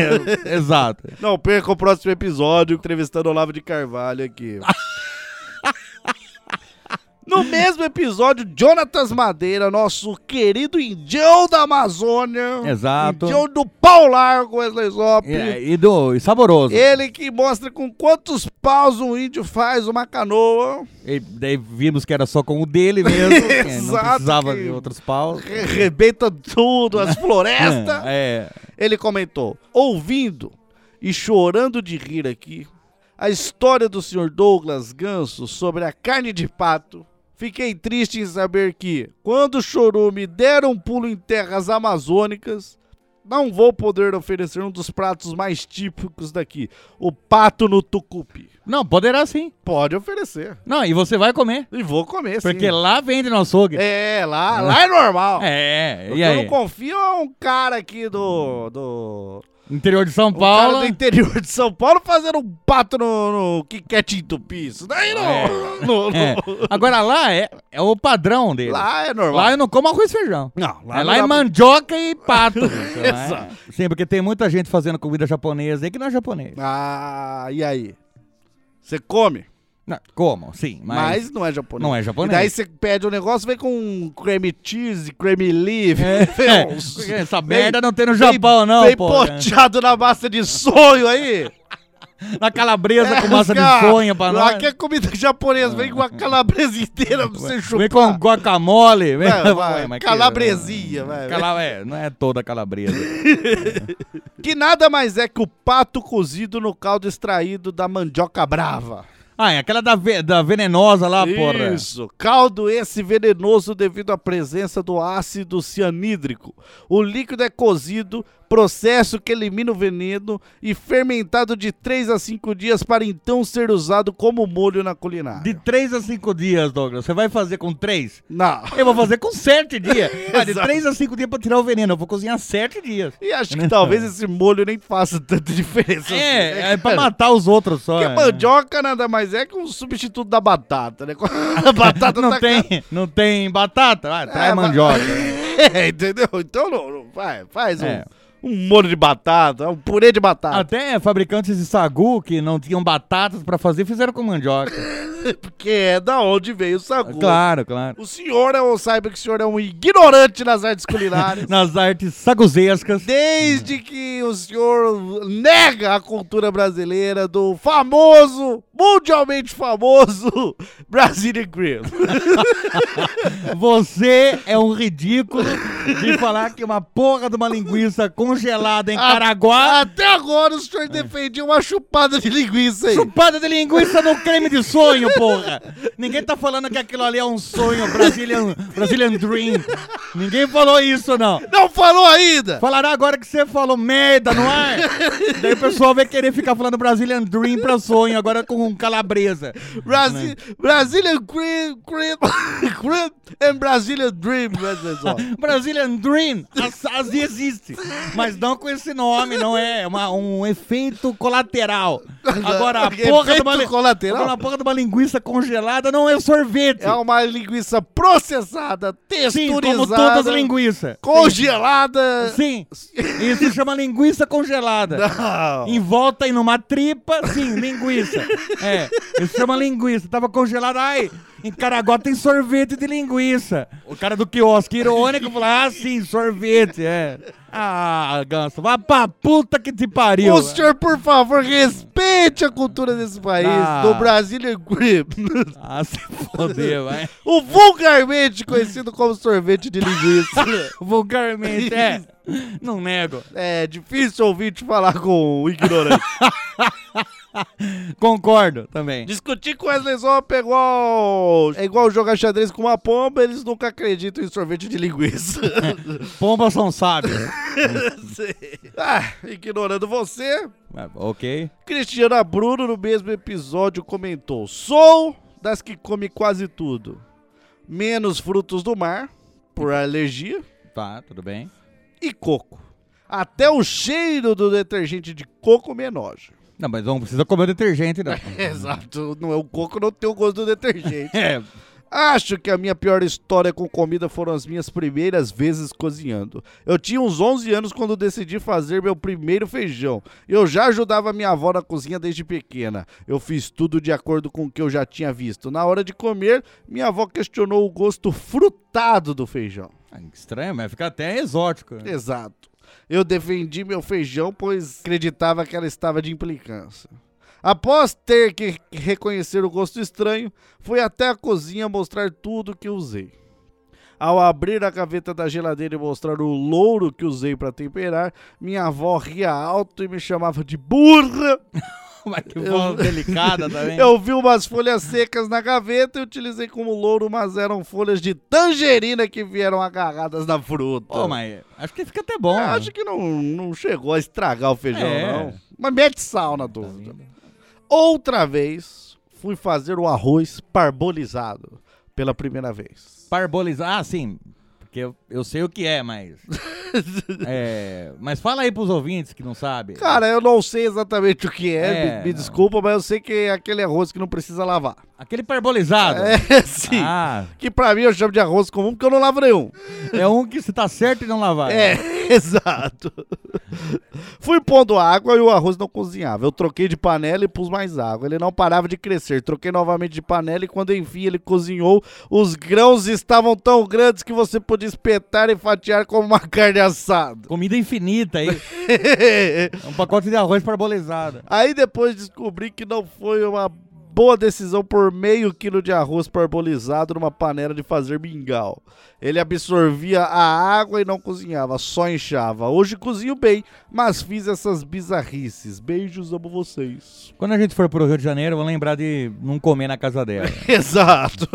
Speaker 5: Exato.
Speaker 4: Não perca o próximo episódio entrevistando o Olavo de Carvalho aqui. No mesmo episódio, Jonatas Madeira, nosso querido indião da Amazônia.
Speaker 5: Exato. É
Speaker 4: Indião do pau largo, Wesley Zop.
Speaker 5: E, e do, e saboroso.
Speaker 4: Ele que mostra com quantos paus um índio faz uma canoa.
Speaker 5: E daí vimos que era só com o dele mesmo. que
Speaker 4: Exato,
Speaker 5: não precisava
Speaker 4: que-
Speaker 5: de outros paus.
Speaker 4: arrebenta tudo, as florestas.
Speaker 5: É.
Speaker 4: Ele comentou: ouvindo e chorando de rir aqui, a história do Sr. Douglas Ganso sobre a carne de pato. Fiquei triste em saber que, quando o chorume der um pulo em terras amazônicas, não vou poder oferecer um dos pratos mais típicos daqui, o pato no tucupi.
Speaker 5: Não, poderá sim.
Speaker 4: Pode oferecer.
Speaker 5: Não, e você vai comer.
Speaker 4: E vou comer, sim.
Speaker 5: Porque lá vende no açougue.
Speaker 4: É, lá, lá é normal.
Speaker 5: É,
Speaker 4: O
Speaker 5: e
Speaker 4: que eu não
Speaker 5: aí?
Speaker 4: confio é um cara aqui do. do
Speaker 5: Interior de São
Speaker 4: um
Speaker 5: Paulo.
Speaker 4: cara do interior de São Paulo fazendo um pato no, no Kikete Entupi. Isso daí não.
Speaker 5: É.
Speaker 4: não- não-
Speaker 5: É. Agora lá é, é o padrão dele. Lá,
Speaker 4: Lá é normal.
Speaker 5: eu não como arroz e feijão.
Speaker 4: Não,
Speaker 5: é
Speaker 4: não
Speaker 5: lá é
Speaker 4: dá pra-
Speaker 5: mandioca e pato. bicho, lá é-
Speaker 4: Exato.
Speaker 5: Sim, porque tem muita gente fazendo comida japonesa aí que não é japonês.
Speaker 4: Ah, e aí? Você come,
Speaker 5: Não, como? Sim,
Speaker 4: mas,
Speaker 5: mas.
Speaker 4: não é japonês.
Speaker 5: não é japonês.
Speaker 4: E daí você pede um negócio, vem com um creme cheese, creme leaf.
Speaker 5: É,
Speaker 4: vem uns-
Speaker 5: porque essa
Speaker 4: vem-
Speaker 5: merda não tem no Japão, não,
Speaker 4: Vem
Speaker 5: pô.
Speaker 4: poteado na massa de sonho aí.
Speaker 5: Na calabresa com
Speaker 4: É,
Speaker 5: massa
Speaker 4: cara,
Speaker 5: de sonha pra nós.
Speaker 4: Lá que é comida japonesa, vem com a calabresa inteira pra você chupar.
Speaker 5: Vem com guacamole. Vem...
Speaker 4: Vai,
Speaker 5: Ué,
Speaker 4: vai,
Speaker 5: mas que-
Speaker 4: calabresinha, vai.
Speaker 5: Cala... É, não é toda calabresa.
Speaker 4: Que nada mais é que o pato cozido no caldo extraído da mandioca brava.
Speaker 5: Ah, é aquela da, ve- da venenosa lá, Ah, porra.
Speaker 4: Isso, caldo esse venenoso devido à presença do ácido cianídrico. O líquido é cozido, processo que elimina o veneno e fermentado de 3 a 5 dias para então ser usado como molho na culinária.
Speaker 5: De 3 a 5 dias, Douglas. Você vai fazer com 3?
Speaker 4: Não.
Speaker 5: Eu vou fazer com 7 dias. Ah, de
Speaker 4: Exato.
Speaker 5: 3 a 5 dias pra tirar o veneno. Eu vou cozinhar 7 dias.
Speaker 4: E acho que talvez esse molho nem faça tanta diferença. assim,
Speaker 5: É, é pra
Speaker 4: cara?
Speaker 5: matar os outros só.
Speaker 4: Porque
Speaker 5: né?
Speaker 4: mandioca nada mais é que um substituto da batata, né? A batata
Speaker 5: Não
Speaker 4: tá
Speaker 5: tem, não tem batata? Ah, traz
Speaker 4: ma-
Speaker 5: mandioca.
Speaker 4: É, entendeu? Então não, não, vai, faz um-
Speaker 5: É. Ah,
Speaker 4: um, molho de batata, um purê de batata.
Speaker 5: Até fabricantes de sagu que não tinham batatas pra fazer, fizeram com mandioca.
Speaker 4: Porque é da onde veio o sagu.
Speaker 5: claro, claro.
Speaker 4: O senhor, eu saiba que o senhor é um ignorante nas artes culinárias.
Speaker 5: Nas artes saguzescas.
Speaker 4: Desde que o senhor nega a cultura brasileira do famoso mundialmente famoso Brazilian Cream.
Speaker 5: Você é um ridículo de falar que uma porra de uma linguiça congelada
Speaker 4: Ah,
Speaker 5: em Caraguá.
Speaker 4: Até agora o
Speaker 5: É.
Speaker 4: senhor defendia uma chupada de linguiça aí.
Speaker 5: Chupada de linguiça no creme de sonho, porra! Ninguém tá falando que aquilo ali é um sonho, Brazilian, Brazilian Dream. Ninguém falou isso, não.
Speaker 4: Não falou ainda!
Speaker 5: Falará agora que você falou merda no ar. Daí o pessoal vai querer ficar falando Brazilian Dream pra sonho, agora com um calabresa.
Speaker 4: Brasi Brazilian Cream, Cream, Cream and Brazilian Dream, né, pessoal?
Speaker 5: Tá. Brazilian Dream, a SASI existe, mas não com esse nome, não é, é uma- um efeito colateral. Agora, a
Speaker 4: Efeito
Speaker 5: porra de uma, li-
Speaker 4: colateral?
Speaker 5: agora, a porra de uma linguiça congelada não é sorvete.
Speaker 4: É uma linguiça processada,
Speaker 5: Sim,
Speaker 4: texturizada,
Speaker 5: como todas as linguiças.
Speaker 4: congelada.
Speaker 5: Sim, isso chama linguiça congelada.
Speaker 4: Não.
Speaker 5: Em volta e numa tripa, sim, linguiça. É, isso chama linguiça. Tava congelado, ai, em Caraguá tem sorvete de linguiça. O cara do quiosque irônico falou, ah, sim, sorvete, é. Ah, Ganso, vá pra puta que te pariu.
Speaker 4: O senhor, por favor, respeite a cultura desse país,
Speaker 5: Ah.
Speaker 4: do Brazilian Cream.
Speaker 5: Ah, se fodeu, vai.
Speaker 4: o vulgarmente conhecido como sorvete de linguiça.
Speaker 5: Vulgarmente, é. Não nego.
Speaker 4: é difícil ouvir te falar com o ignorante.
Speaker 5: Concordo também.
Speaker 4: Discutir com Wesley Zop é igual, é igual jogar xadrez com uma pomba, eles nunca acreditam em sorvete de linguiça.
Speaker 5: Pombas são sábios.
Speaker 4: ah, ignorando você,
Speaker 5: Ah, ok.
Speaker 4: Cristiana Bruno, no mesmo episódio, comentou: Sou das que come quase tudo, menos frutos do mar, por alergia,
Speaker 5: Tá, tudo bem.
Speaker 4: e coco. Até o cheiro do detergente de coco me enoja.
Speaker 5: Não, mas não precisa comer o detergente, não.
Speaker 4: Exato, não é o coco não tem o gosto do detergente.
Speaker 5: É,
Speaker 4: Acho que a minha pior história com comida foram as minhas primeiras vezes cozinhando. Eu tinha uns 11 anos quando decidi fazer meu primeiro feijão. Eu já ajudava minha avó na cozinha desde pequena. Eu fiz tudo de acordo com o que eu já tinha visto. Na hora de comer, minha avó questionou o gosto frutado do feijão.
Speaker 5: Ah, que Estranho, mas fica até exótico. né?
Speaker 4: Exato. Eu defendi meu feijão, pois acreditava que ela estava de implicância. Após ter que reconhecer o gosto estranho, fui até a cozinha mostrar tudo que usei. Ao abrir a gaveta da geladeira e mostrar o louro que usei para temperar, minha avó ria alto e me chamava de burra.
Speaker 5: Mas que forma delicada também.
Speaker 4: é Eu vi umas folhas secas na gaveta e utilizei como louro, mas eram folhas de tangerina que vieram agarradas na fruta.
Speaker 5: Pô, mas acho que fica até bom. né?
Speaker 4: Eu acho que não, não chegou a estragar o feijão,
Speaker 5: É. Tá
Speaker 4: não. Mas mete sal na dúvida. Outra vez, fui fazer o arroz parbolizado pela primeira vez.
Speaker 5: Parbolizar, ah, sim. Porque eu, eu sei o que é, mas. É, mas fala aí pros ouvintes que não sabem.
Speaker 4: Cara, eu não sei exatamente o que é,
Speaker 5: É,
Speaker 4: me, me
Speaker 5: não.
Speaker 4: desculpa, mas eu sei que é aquele arroz que não precisa lavar.
Speaker 5: Aquele parbolizado.
Speaker 4: É, sim.
Speaker 5: Ah,
Speaker 4: Que pra mim eu chamo de arroz comum porque eu não lavo nenhum.
Speaker 5: é um que se tá certo e não lavar.
Speaker 4: É, exato. Fui pondo água e o arroz não cozinhava. Eu troquei de panela e pus mais água. Ele não parava de crescer. Troquei novamente de panela e quando enfim ele cozinhou, os grãos estavam tão grandes que você podia espetar e fatiar como uma carne assada.
Speaker 5: Comida infinita aí. É um pacote de arroz parbolizado.
Speaker 4: Aí depois descobri que não foi uma boa decisão por meio quilo de arroz parbolizado numa panela de fazer mingau. Ele absorvia a água e não cozinhava, só inchava. Hoje cozinho bem, mas fiz essas bizarrices. Beijos, amo vocês.
Speaker 5: Quando a gente for pro Rio de Janeiro, eu vou lembrar de não comer na casa dela.
Speaker 4: Exato.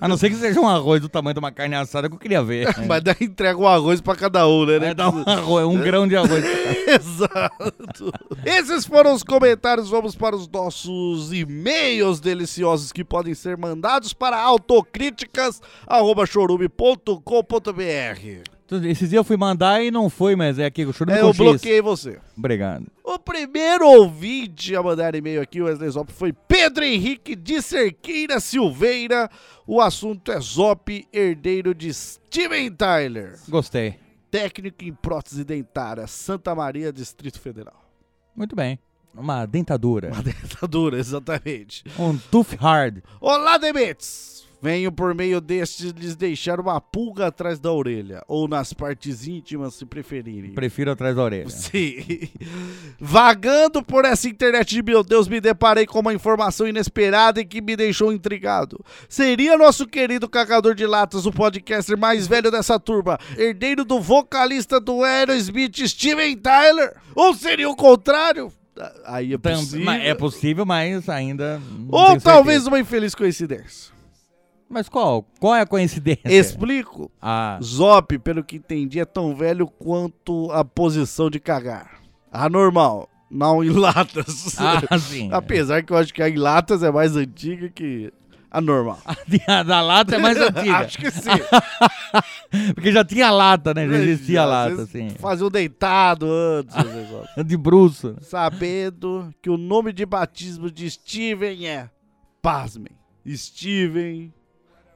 Speaker 5: A não ser que seja um arroz do tamanho de uma carne assada que eu queria ver.
Speaker 4: mas daí entrega um arroz pra cada um, né?
Speaker 5: Vai dar um, arroz, um grão de arroz.
Speaker 4: Exato. Esses foram os comentários. Vamos para os nossos e-mails deliciosos que podem ser mandados para autocríticas@chorume.com.br.
Speaker 5: Tudo- Esses dias eu fui mandar e não foi, mas é aqui, o choro do
Speaker 4: É, eu bloqueei você.
Speaker 5: Obrigado.
Speaker 4: O primeiro ouvinte a mandar e-mail aqui, o Wesley Zop, foi Pedro Henrique de Cerqueira Silveira. O assunto é Zop, herdeiro de Steven Tyler,
Speaker 5: Gostei.
Speaker 4: técnico em prótese dentária, Santa Maria, Distrito Federal.
Speaker 5: Muito bem. Uma dentadura.
Speaker 4: Uma dentadura, exatamente.
Speaker 5: Um tooth hard.
Speaker 4: Olá, Dementes! Venho por meio destes lhes deixar uma pulga atrás da orelha, ou nas partes íntimas, se preferirem.
Speaker 5: Prefiro atrás da orelha.
Speaker 4: Sim. Vagando por essa internet de meu Deus, me deparei com uma informação inesperada e que me deixou intrigado. Seria nosso querido cagador de latas, o podcaster mais velho dessa turma, herdeiro do vocalista do Aerosmith, Steven Tyler? Ou seria o contrário? Ah, Aí é
Speaker 5: Tam-
Speaker 4: possível.
Speaker 5: mas é possível, mas ainda. não
Speaker 4: Ou
Speaker 5: tenho
Speaker 4: talvez
Speaker 5: certeza.
Speaker 4: uma infeliz coincidência.
Speaker 5: Mas qual? Qual é a coincidência?
Speaker 4: Explico.
Speaker 5: Ah,
Speaker 4: Zop, pelo que entendi, é tão velho quanto a posição de cagar. Anormal, não em latas.
Speaker 5: ah, sim.
Speaker 4: Apesar que eu acho que a em latas é mais antiga que a normal.
Speaker 5: A da lata é mais antiga.
Speaker 4: acho que sim.
Speaker 5: Porque já tinha lata, né? Já existia
Speaker 4: Às
Speaker 5: lata,
Speaker 4: vezes
Speaker 5: assim.
Speaker 4: Fazia um deitado antes. o negócio.
Speaker 5: De bruxo.
Speaker 4: Sabendo que o nome de batismo de Steven é. Pasmem. Steven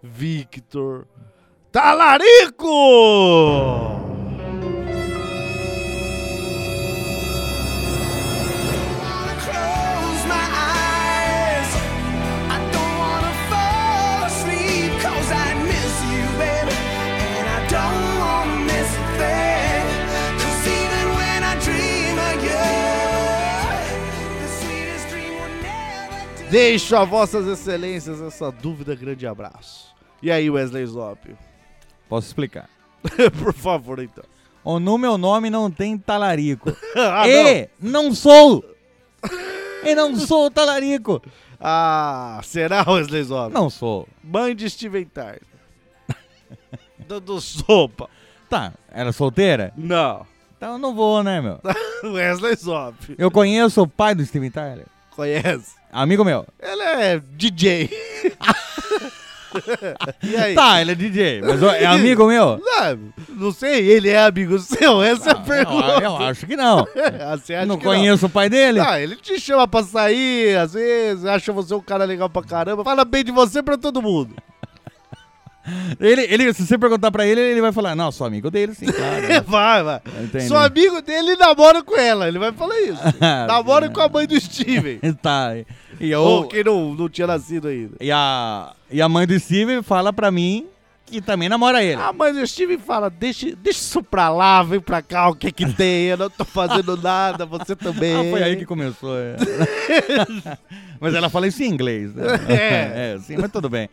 Speaker 4: Victor Talarico!
Speaker 3: Close my eyes. I don't wanna fall asleep 'cause I miss you, baby. And I don't wanna miss a thing. 'Cause even when I dream of you, the sweetest dream will never do.
Speaker 4: Deixo a vossas excelências essa dúvida. Grande abraço. E aí, Wesley Zop?
Speaker 5: Posso explicar.
Speaker 4: Por favor, então.
Speaker 5: O no meu nome não tem talarico.
Speaker 4: Ah, não.
Speaker 5: e não sou! E não sou o talarico!
Speaker 4: Ah, será, Wesley Zop?
Speaker 5: Não sou.
Speaker 4: Mande Steven Tyler. Dando sopa.
Speaker 5: Tá, era solteira?
Speaker 4: Não.
Speaker 5: Então eu não vou, né, meu?
Speaker 4: Wesley Zop.
Speaker 5: Eu conheço o pai do Steven Tyler.
Speaker 4: Conhece?
Speaker 5: Amigo meu.
Speaker 4: Ele é DJ. e aí?
Speaker 5: Tá, ele é DJ, mas ó, é amigo meu?
Speaker 4: Não, não sei, ele é amigo seu? Essa é a pergunta.
Speaker 5: Eu, eu acho que não.
Speaker 4: Ah, você acha
Speaker 5: não
Speaker 4: que
Speaker 5: conheço o pai dele?
Speaker 4: Ah, ele te chama pra sair, às vezes, acha você um cara legal pra caramba, fala bem de você pra todo mundo.
Speaker 5: Ele, ele, se você perguntar pra ele, ele vai falar, não, sou amigo dele, sim,
Speaker 4: É,
Speaker 5: claro.
Speaker 4: vai, vai.
Speaker 5: Entendi.
Speaker 4: Sou amigo dele e namoro com ela, ele vai falar isso.
Speaker 5: Ah,
Speaker 4: namoro
Speaker 5: sim.
Speaker 4: com a mãe do Steven.
Speaker 5: tá, e eu...
Speaker 4: Ou quem não, não tinha nascido ainda.
Speaker 5: E a, e a mãe do Steve fala pra mim que também namora ele.
Speaker 4: A mãe do Steven fala, deixa, deixa isso pra lá, vem pra cá, o que é que tem, eu não tô fazendo nada, você também.
Speaker 5: Ah, foi aí que começou. é. mas ela fala isso em inglês, né?
Speaker 4: É.
Speaker 5: sim, mas tudo bem.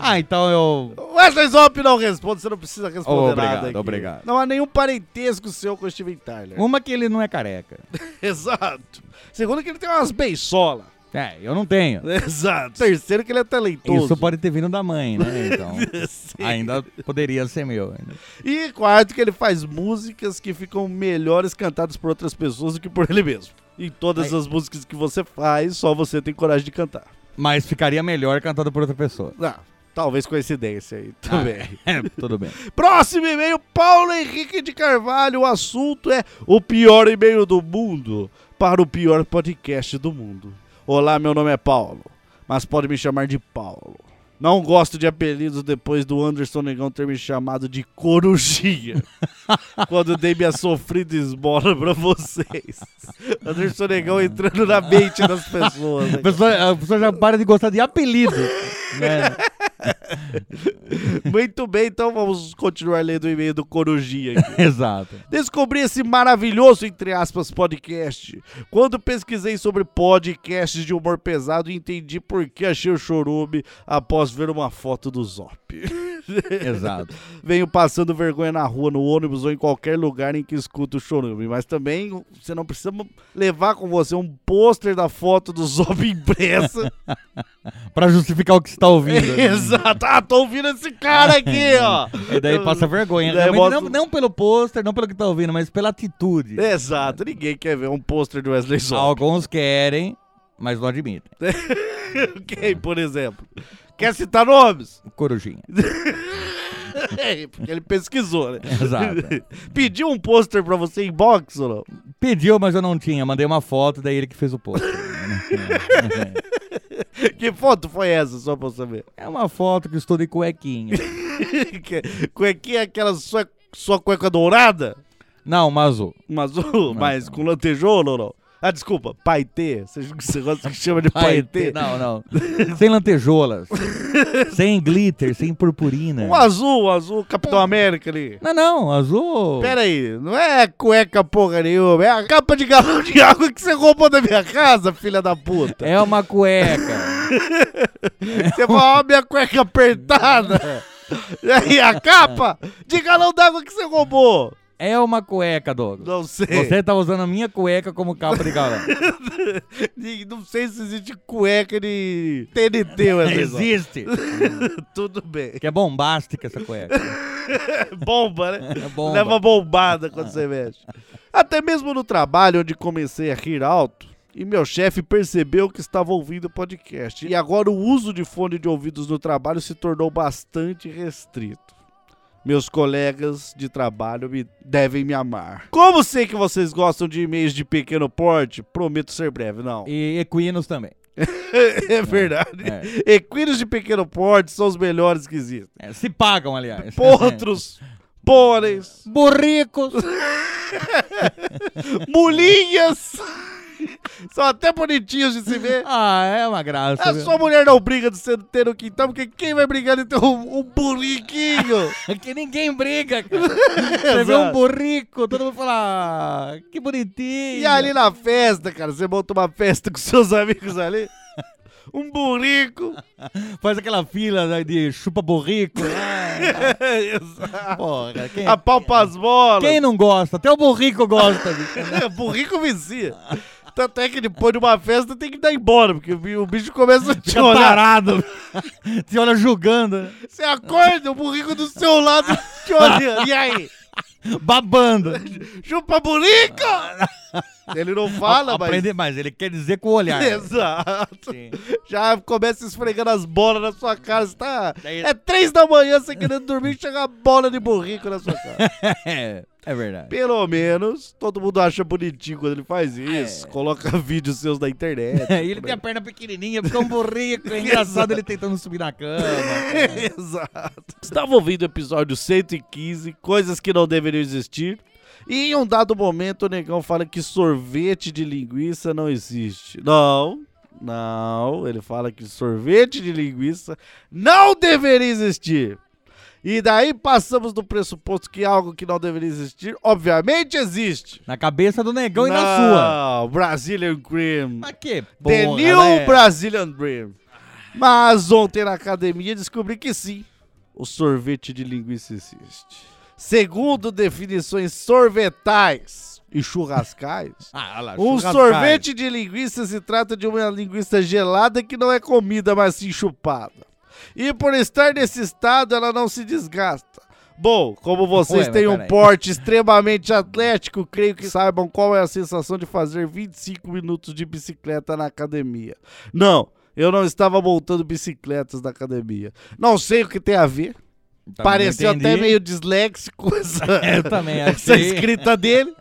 Speaker 5: Ah, então eu.
Speaker 4: Wesley Zop não responde, você não precisa responder
Speaker 5: Obrigado,
Speaker 4: nada aqui.
Speaker 5: obrigado.
Speaker 4: Não há nenhum parentesco seu com o Steven Tyler.
Speaker 5: Uma que ele não é careca.
Speaker 4: Exato. Segundo que ele tem umas beisolas.
Speaker 5: É, eu não tenho.
Speaker 4: Exato. Né? Terceiro que ele é talentoso.
Speaker 5: Isso pode ter vindo da mãe, né? Então.
Speaker 4: Sim.
Speaker 5: Ainda poderia ser meu. ainda.
Speaker 4: E quarto que ele faz músicas que ficam melhores cantadas por outras pessoas do que por ele mesmo. Em todas as músicas que você faz, só você tem coragem de cantar.
Speaker 5: Mas ficaria melhor cantado por outra pessoa.
Speaker 4: Ah, talvez coincidência aí também.
Speaker 5: É, tudo bem.
Speaker 4: Próximo e-mail, Paulo Henrique de Carvalho. O assunto é o pior e-mail do mundo para o pior podcast do mundo. Olá, meu nome é Paulo, mas pode me chamar de Paulo. Não gosto de apelidos depois do Anderson Negão ter me chamado de Corujinha. quando dei minha sofrida esmola pra vocês. Anderson Negão entrando na mente das pessoas. né?
Speaker 5: A pessoa, a pessoa já para de gostar de apelido. né?
Speaker 4: Muito bem, então vamos continuar lendo o e-mail do Corujinha então. aqui.
Speaker 5: Exato.
Speaker 4: Descobri esse maravilhoso, entre aspas, podcast. Quando pesquisei sobre podcasts de humor pesado, entendi por que achei o chorume após ver uma foto do Zop.
Speaker 5: Exato.
Speaker 4: Venho passando vergonha na rua, no ônibus ou em qualquer lugar em que escuto o chorume. Mas também você não precisa levar com você um pôster da foto do Zop impressa.
Speaker 5: Pra justificar o que você tá ouvindo. né?
Speaker 4: Exato. Ah, tô ouvindo esse cara aqui, ó.
Speaker 5: E daí passa vergonha.
Speaker 4: Daí
Speaker 5: Realmente,
Speaker 4: bota-
Speaker 5: não, não pelo pôster, não pelo que tá ouvindo, mas pela atitude.
Speaker 4: É, Exato. Ninguém quer ver um pôster do Wesley Zop.
Speaker 5: Alguns querem, mas não admitem.
Speaker 4: Quem, por exemplo? Quer citar nomes?
Speaker 5: Corujinha.
Speaker 4: É, Porque ele pesquisou, né?
Speaker 5: Exato.
Speaker 4: Pediu um pôster pra você em box ou não?
Speaker 5: Pediu, mas eu não tinha. Mandei uma foto, daí ele que fez o pôster.
Speaker 4: Que foto foi essa, só pra eu saber?
Speaker 5: é uma foto que estou de cuequinha.
Speaker 4: Que- Cuequinha é aquela sua, sua cueca dourada?
Speaker 5: Não, uma azul.
Speaker 4: Mas, o- mas com lantejoulo ou não? Ah, desculpa, paetê. Vocês você gosta que chama de paetê?
Speaker 5: Não, não. sem lantejoulas. sem glitter, sem purpurina.
Speaker 4: Um azul, um azul, Capitão América ali.
Speaker 5: Não, não, azul.
Speaker 4: Pera aí, não é cueca porra nenhuma, é a capa de galão de água que você roubou da minha casa, filha da puta.
Speaker 5: É uma cueca.
Speaker 4: Você falou, ó, minha cueca apertada. E aí, a capa de galão d'água que você roubou.
Speaker 5: É uma cueca, Douglas.
Speaker 4: Não sei.
Speaker 5: Você tá usando a minha cueca como capa de galão.
Speaker 4: E Não sei se existe cueca de TNT, mas é
Speaker 5: Existe.
Speaker 4: Tudo bem.
Speaker 5: Que é bombástica essa cueca.
Speaker 4: Bomba, né?
Speaker 5: É bomba.
Speaker 4: Leva bombada quando você mexe. Até mesmo no trabalho, onde comecei a rir alto, e meu chefe percebeu que estava ouvindo o podcast. E agora o uso de fone de ouvidos no trabalho se tornou bastante restrito. Meus colegas de trabalho me devem me amar. Como sei que vocês gostam de e-mails de pequeno porte, prometo ser breve. Não.
Speaker 5: E equinos também.
Speaker 4: É verdade. Equinos de pequeno porte são os melhores que existem.
Speaker 5: É, se pagam, aliás.
Speaker 4: Potros, pôneis,
Speaker 5: Burricos.
Speaker 4: mulinhas. são até bonitinhos de se ver.
Speaker 5: Ah, é uma graça.
Speaker 4: A
Speaker 5: viu?
Speaker 4: sua mulher não briga de você ter no quintal, porque quem vai brigar de ter um, um burriquinho?
Speaker 5: É que ninguém briga, cara. Você vê um burrico, todo mundo fala, "Ah, que bonitinho.
Speaker 4: E ali na festa, cara, você monta uma festa com seus amigos ali. Um burrico.
Speaker 5: Faz aquela fila né, de chupa burrico. né? Ah,
Speaker 4: Exato.
Speaker 5: Porra, quem,
Speaker 4: Apalpa as bolas.
Speaker 5: quem não gosta? Até o burrico gosta. bicho.
Speaker 4: É, burrico vicia. Tanto é que depois de uma festa tem que dar embora, porque o bi- o bicho começa a te
Speaker 5: Fica
Speaker 4: olhar.
Speaker 5: parado. Se olha julgando, né?
Speaker 4: Você acorda, o burrico do seu lado te olha. E aí?
Speaker 5: babando.
Speaker 4: Chupa burrico! Ele não fala, mas.
Speaker 5: Aprende, mas ele quer dizer com o olhar.
Speaker 4: Exato.
Speaker 5: Sim.
Speaker 4: Já começa esfregando as bolas na sua cara. Você tá...
Speaker 5: Daí-
Speaker 4: É três da manhã, você querendo dormir, chega a bola de burrico na sua cara.
Speaker 5: É, é verdade.
Speaker 4: Pelo menos, todo mundo acha bonitinho quando ele faz
Speaker 5: É.
Speaker 4: isso. Coloca vídeos seus na internet.
Speaker 5: E ele tem a perna pequenininha, fica um burrico. É engraçado ele tentando subir na cama.
Speaker 4: Exato. Estava ouvindo o episódio 115, coisas que não deveriam existir. E em um dado momento o negão fala que sorvete de linguiça não existe. Não, não. Ele fala que sorvete de linguiça não deveria existir. E daí passamos do pressuposto que algo que não deveria existir, obviamente existe.
Speaker 5: Na cabeça do negão e na sua.
Speaker 4: Não, Brazilian Cream.
Speaker 5: Mas que porra,
Speaker 4: The New
Speaker 5: né?
Speaker 4: Brazilian Dream. Mas ontem na academia descobri que sim, o sorvete de linguiça existe. Segundo definições sorvetais e churrascais,
Speaker 5: Ah, olha lá,
Speaker 4: um
Speaker 5: churrascaio.
Speaker 4: sorvete de linguiça se trata de uma linguiça gelada que não é comida, mas sim chupada. E por estar nesse estado, ela não se desgasta. Bom, como
Speaker 5: Ué,
Speaker 4: vocês
Speaker 5: mas
Speaker 4: têm um
Speaker 5: peraí.
Speaker 4: porte extremamente atlético, creio que saibam qual é a sensação de fazer 25 minutos de bicicleta na academia. Não, eu não estava montando bicicletas na academia. Não sei o que tem a ver.
Speaker 5: Também
Speaker 4: Pareceu
Speaker 5: entendi.
Speaker 4: até meio disléxico essa,
Speaker 5: É, Eu também
Speaker 4: essa
Speaker 5: achei.
Speaker 4: escrita dele.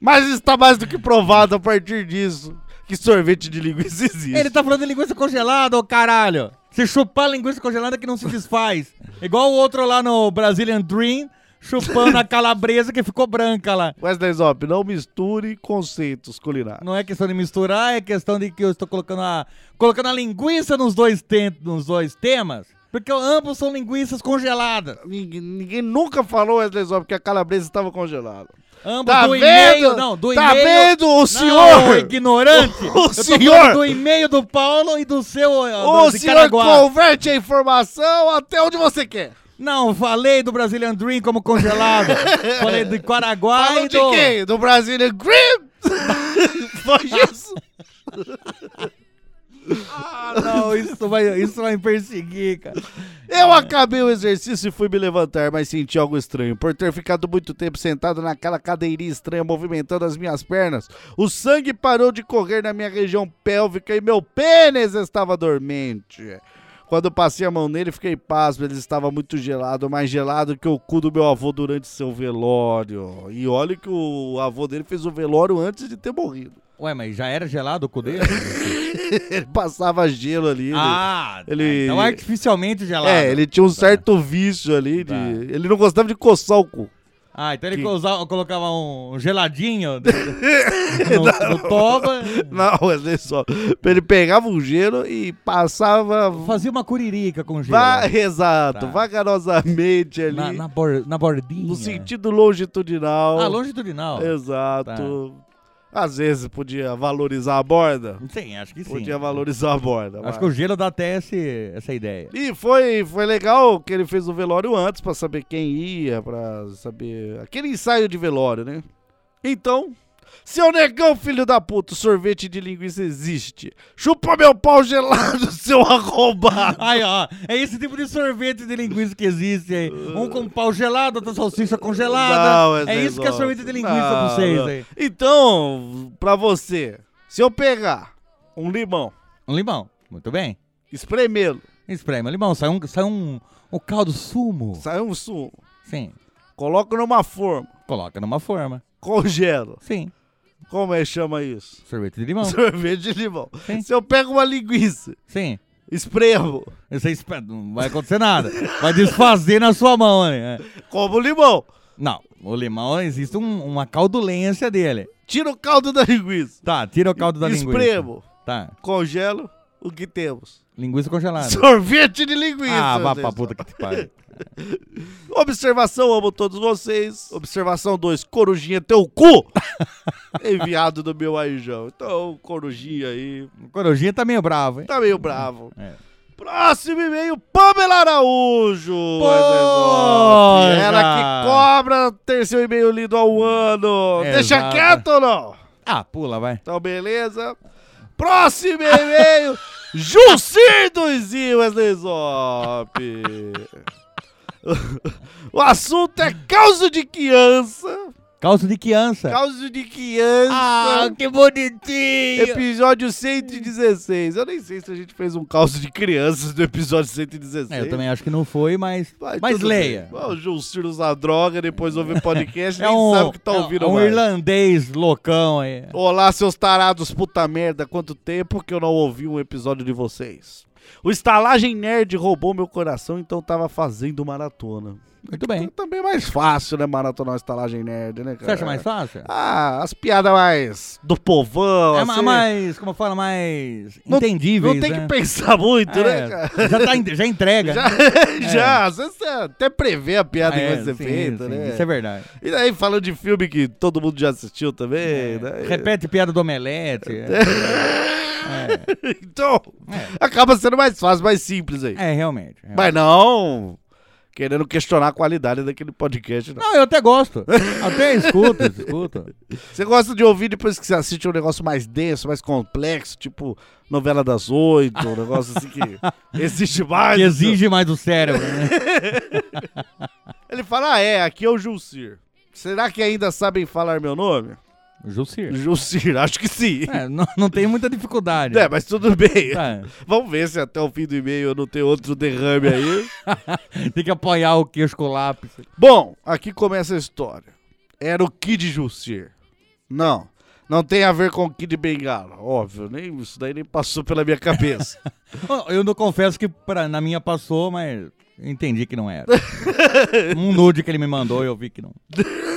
Speaker 4: Mas está mais do que provado a partir disso que sorvete de linguiça existe.
Speaker 5: Ele tá falando de linguiça congelada, ô caralho. Se chupar linguiça congelada que não se desfaz. Igual o outro lá no Brazilian Dream, chupando a calabresa que ficou branca lá.
Speaker 4: Wesley Zop, não misture conceitos culinários.
Speaker 5: Não é questão de misturar, é questão de que eu estou colocando a, colocando a linguiça nos dois, ten- nos dois temas. Porque ambos são linguiças congeladas.
Speaker 4: Ninguém, ninguém nunca falou, Wesley Zop, que a calabresa estava congelada.
Speaker 5: Ambos
Speaker 4: Tá
Speaker 5: do
Speaker 4: vendo?
Speaker 5: e-mail. Não, do
Speaker 4: tá
Speaker 5: e-mail.
Speaker 4: vendo o
Speaker 5: Não,
Speaker 4: senhor?
Speaker 5: ignorante!
Speaker 4: O
Speaker 5: eu tô falando
Speaker 4: senhor-
Speaker 5: do e-mail do Paulo e do seu.
Speaker 4: o
Speaker 5: do, Tá de
Speaker 4: senhor
Speaker 5: Caraguá.
Speaker 4: converte a informação até onde você quer.
Speaker 5: Não, falei do Brazilian Dream como congelado. falei do Caraguá
Speaker 4: Falou
Speaker 5: e
Speaker 4: de
Speaker 5: do.
Speaker 4: quem? Do Brasília Grim? Foi isso?
Speaker 5: Ah, não, isso vai, isso vai me perseguir, cara.
Speaker 4: Eu acabei o exercício e fui me levantar, mas senti algo estranho. Por ter ficado muito tempo sentado naquela cadeirinha estranha, movimentando as minhas pernas, o sangue parou de correr na minha região pélvica e meu pênis estava dormente. Quando passei a mão nele, fiquei pasmo. Ele estava muito gelado, mais gelado que o cu do meu avô durante seu velório. E olha que o avô dele fez o velório antes de ter morrido.
Speaker 5: Ué, mas já era gelado o cu dele?
Speaker 4: Ele passava gelo ali. É, né?
Speaker 5: ah,
Speaker 4: ele-
Speaker 5: então artificialmente gelado.
Speaker 4: É, ele tinha um certo vício ali. de-
Speaker 5: Tá.
Speaker 4: Ele não gostava de coçar o cu.
Speaker 5: Ah, então ele usava- colocava um geladinho do- no, no toba,
Speaker 4: Não, olha assim, só. Ele pegava um gelo e passava
Speaker 5: fazia uma curirica com gelo.
Speaker 4: va- exato,
Speaker 5: Tá.
Speaker 4: vagarosamente ali,
Speaker 5: na, na, bor- na bordinha.
Speaker 4: no sentido longitudinal.
Speaker 5: Ah, longitudinal.
Speaker 4: Exato. Às vezes podia valorizar a borda.
Speaker 5: Sim, acho que sim.
Speaker 4: Podia valorizar a borda.
Speaker 5: Acho
Speaker 4: mas-
Speaker 5: que o gelo dá até esse, essa ideia.
Speaker 4: E foi, foi legal que ele fez o velório antes pra saber quem ia, pra saber. Aquele ensaio de velório, né? Então, seu negão, filho da puta, o sorvete de linguiça existe. Chupa meu pau gelado, seu arrombado.
Speaker 5: Aí, ó, é esse tipo de sorvete de linguiça que existe aí. Um com pau gelado, outra salsicha congelada.
Speaker 4: Não,
Speaker 5: é isso que é
Speaker 4: Zezão.
Speaker 5: sorvete de linguiça
Speaker 4: Não,
Speaker 5: pra vocês
Speaker 4: não.
Speaker 5: aí.
Speaker 4: Então, pra você, se eu pegar um limão,
Speaker 5: Um limão, muito bem.
Speaker 4: espremê-lo,
Speaker 5: Espreme o limão, sai um, sai um, um caldo sumo.
Speaker 4: sai um sumo,
Speaker 5: Sim,
Speaker 4: coloco numa forma,
Speaker 5: coloca numa forma.
Speaker 4: congelo.
Speaker 5: Sim,
Speaker 4: Como é que chama isso?
Speaker 5: sorvete de limão.
Speaker 4: Sorvete de limão.
Speaker 5: Sim.
Speaker 4: Se eu pego uma linguiça,
Speaker 5: Sim.
Speaker 4: espremo,
Speaker 5: Isso aí espe- não vai acontecer nada. Vai desfazer na sua mão, né?
Speaker 4: como limão.
Speaker 5: Não, o limão existe um- uma caudulência dele.
Speaker 4: Tira o caldo da linguiça.
Speaker 5: Tá, tira o caldo da linguiça.
Speaker 4: Espremo.
Speaker 5: Tá,
Speaker 4: Congelo o que temos.
Speaker 5: linguiça congelada.
Speaker 4: Sorvete de linguiça.
Speaker 5: ah, vá pra
Speaker 4: vocês.
Speaker 5: puta que te pariu.
Speaker 4: Observação, amo todos vocês. Observação 2, corujinha teu cu. Enviado do meu aijão. Então, corujinha aí.
Speaker 5: O Corujinha tá meio bravo, hein?
Speaker 4: Tá meio bravo.
Speaker 5: É.
Speaker 4: Próximo e-mail, Pamela Araújo. é
Speaker 5: Porra!
Speaker 4: Ela que cobra ter seu e-mail lido ao ano. Deixa
Speaker 5: É, Exato.
Speaker 4: quieto ou não?
Speaker 5: Ah, pula, vai.
Speaker 4: Então, beleza. Próximo e-mail, Jucir dos Wesley Zop. o assunto é causa de criança.
Speaker 5: Calço de criança. Ah,
Speaker 4: Causa de criança.
Speaker 5: que bonitinho.
Speaker 4: Episódio 116. Eu nem sei se a gente fez um caos de crianças do episódio 116.
Speaker 5: É, eu também acho que não foi, mas,
Speaker 4: Vai,
Speaker 5: mas
Speaker 4: tudo
Speaker 5: leia.
Speaker 4: bem. Ah, O Jucir usa droga, depois ouve podcast,
Speaker 5: É
Speaker 4: nem
Speaker 5: um,
Speaker 4: sabe o que tá
Speaker 5: é
Speaker 4: ouvindo
Speaker 5: um
Speaker 4: mais.
Speaker 5: irlandês loucão aí.
Speaker 4: Olá, seus tarados, puta merda, quanto tempo que eu não ouvi um episódio de vocês. O Estalagem Nerd roubou meu coração, então tava fazendo maratona.
Speaker 5: Muito bem.
Speaker 4: Também é mais fácil, né, maratonar o Estalagem Nerd, né, cara?
Speaker 5: Você acha mais fácil?
Speaker 4: Ah, as piadas mais do povão,
Speaker 5: é
Speaker 4: assim.
Speaker 5: ma- mais, como fala, mais
Speaker 4: Não-
Speaker 5: entendível.
Speaker 4: Não tem que pensar
Speaker 5: É.
Speaker 4: muito, né, cara?
Speaker 5: já, tá en- já entrega. Ah,
Speaker 4: Já, já, às vezes você até prevê a piada que vai ser
Speaker 5: É. sim,
Speaker 4: feita,
Speaker 5: sim,
Speaker 4: né?
Speaker 5: Isso é verdade.
Speaker 4: E daí, falando de filme que todo mundo já assistiu também,
Speaker 5: É.
Speaker 4: né?
Speaker 5: Repete piada do omelete.
Speaker 4: Então, acaba sendo mais fácil, mais simples aí.
Speaker 5: É, realmente. realmente.
Speaker 4: Mas não querendo questionar a qualidade daquele podcast, não.
Speaker 5: Não, eu até gosto. Até escuto, escuto.
Speaker 4: Você gosta de ouvir depois que você assiste um negócio mais denso, mais complexo, tipo novela das oito, um negócio assim que existe mais.
Speaker 5: Que exige mais do cérebro, né?
Speaker 4: Ele fala, ah, é, aqui é o Julcir. Será que ainda sabem falar meu nome?
Speaker 5: Jussir.
Speaker 4: Julcir, acho que sim.
Speaker 5: É, não, não tem muita dificuldade.
Speaker 4: É, mas tudo bem.
Speaker 5: Tá.
Speaker 4: Vamos ver se até o fim do e-mail eu não tenho outro derrame aí.
Speaker 5: Tem que apoiar o queixo com o lápis.
Speaker 4: Bom, aqui começa a história. Era o Kid Jussir. Não, não tem a ver com o Kid Bengala. Óbvio, nem, isso daí nem passou pela minha cabeça.
Speaker 5: Ó, Eu não confesso que pra, na minha passou, mas entendi que não era. um nude que ele me mandou eu vi que não,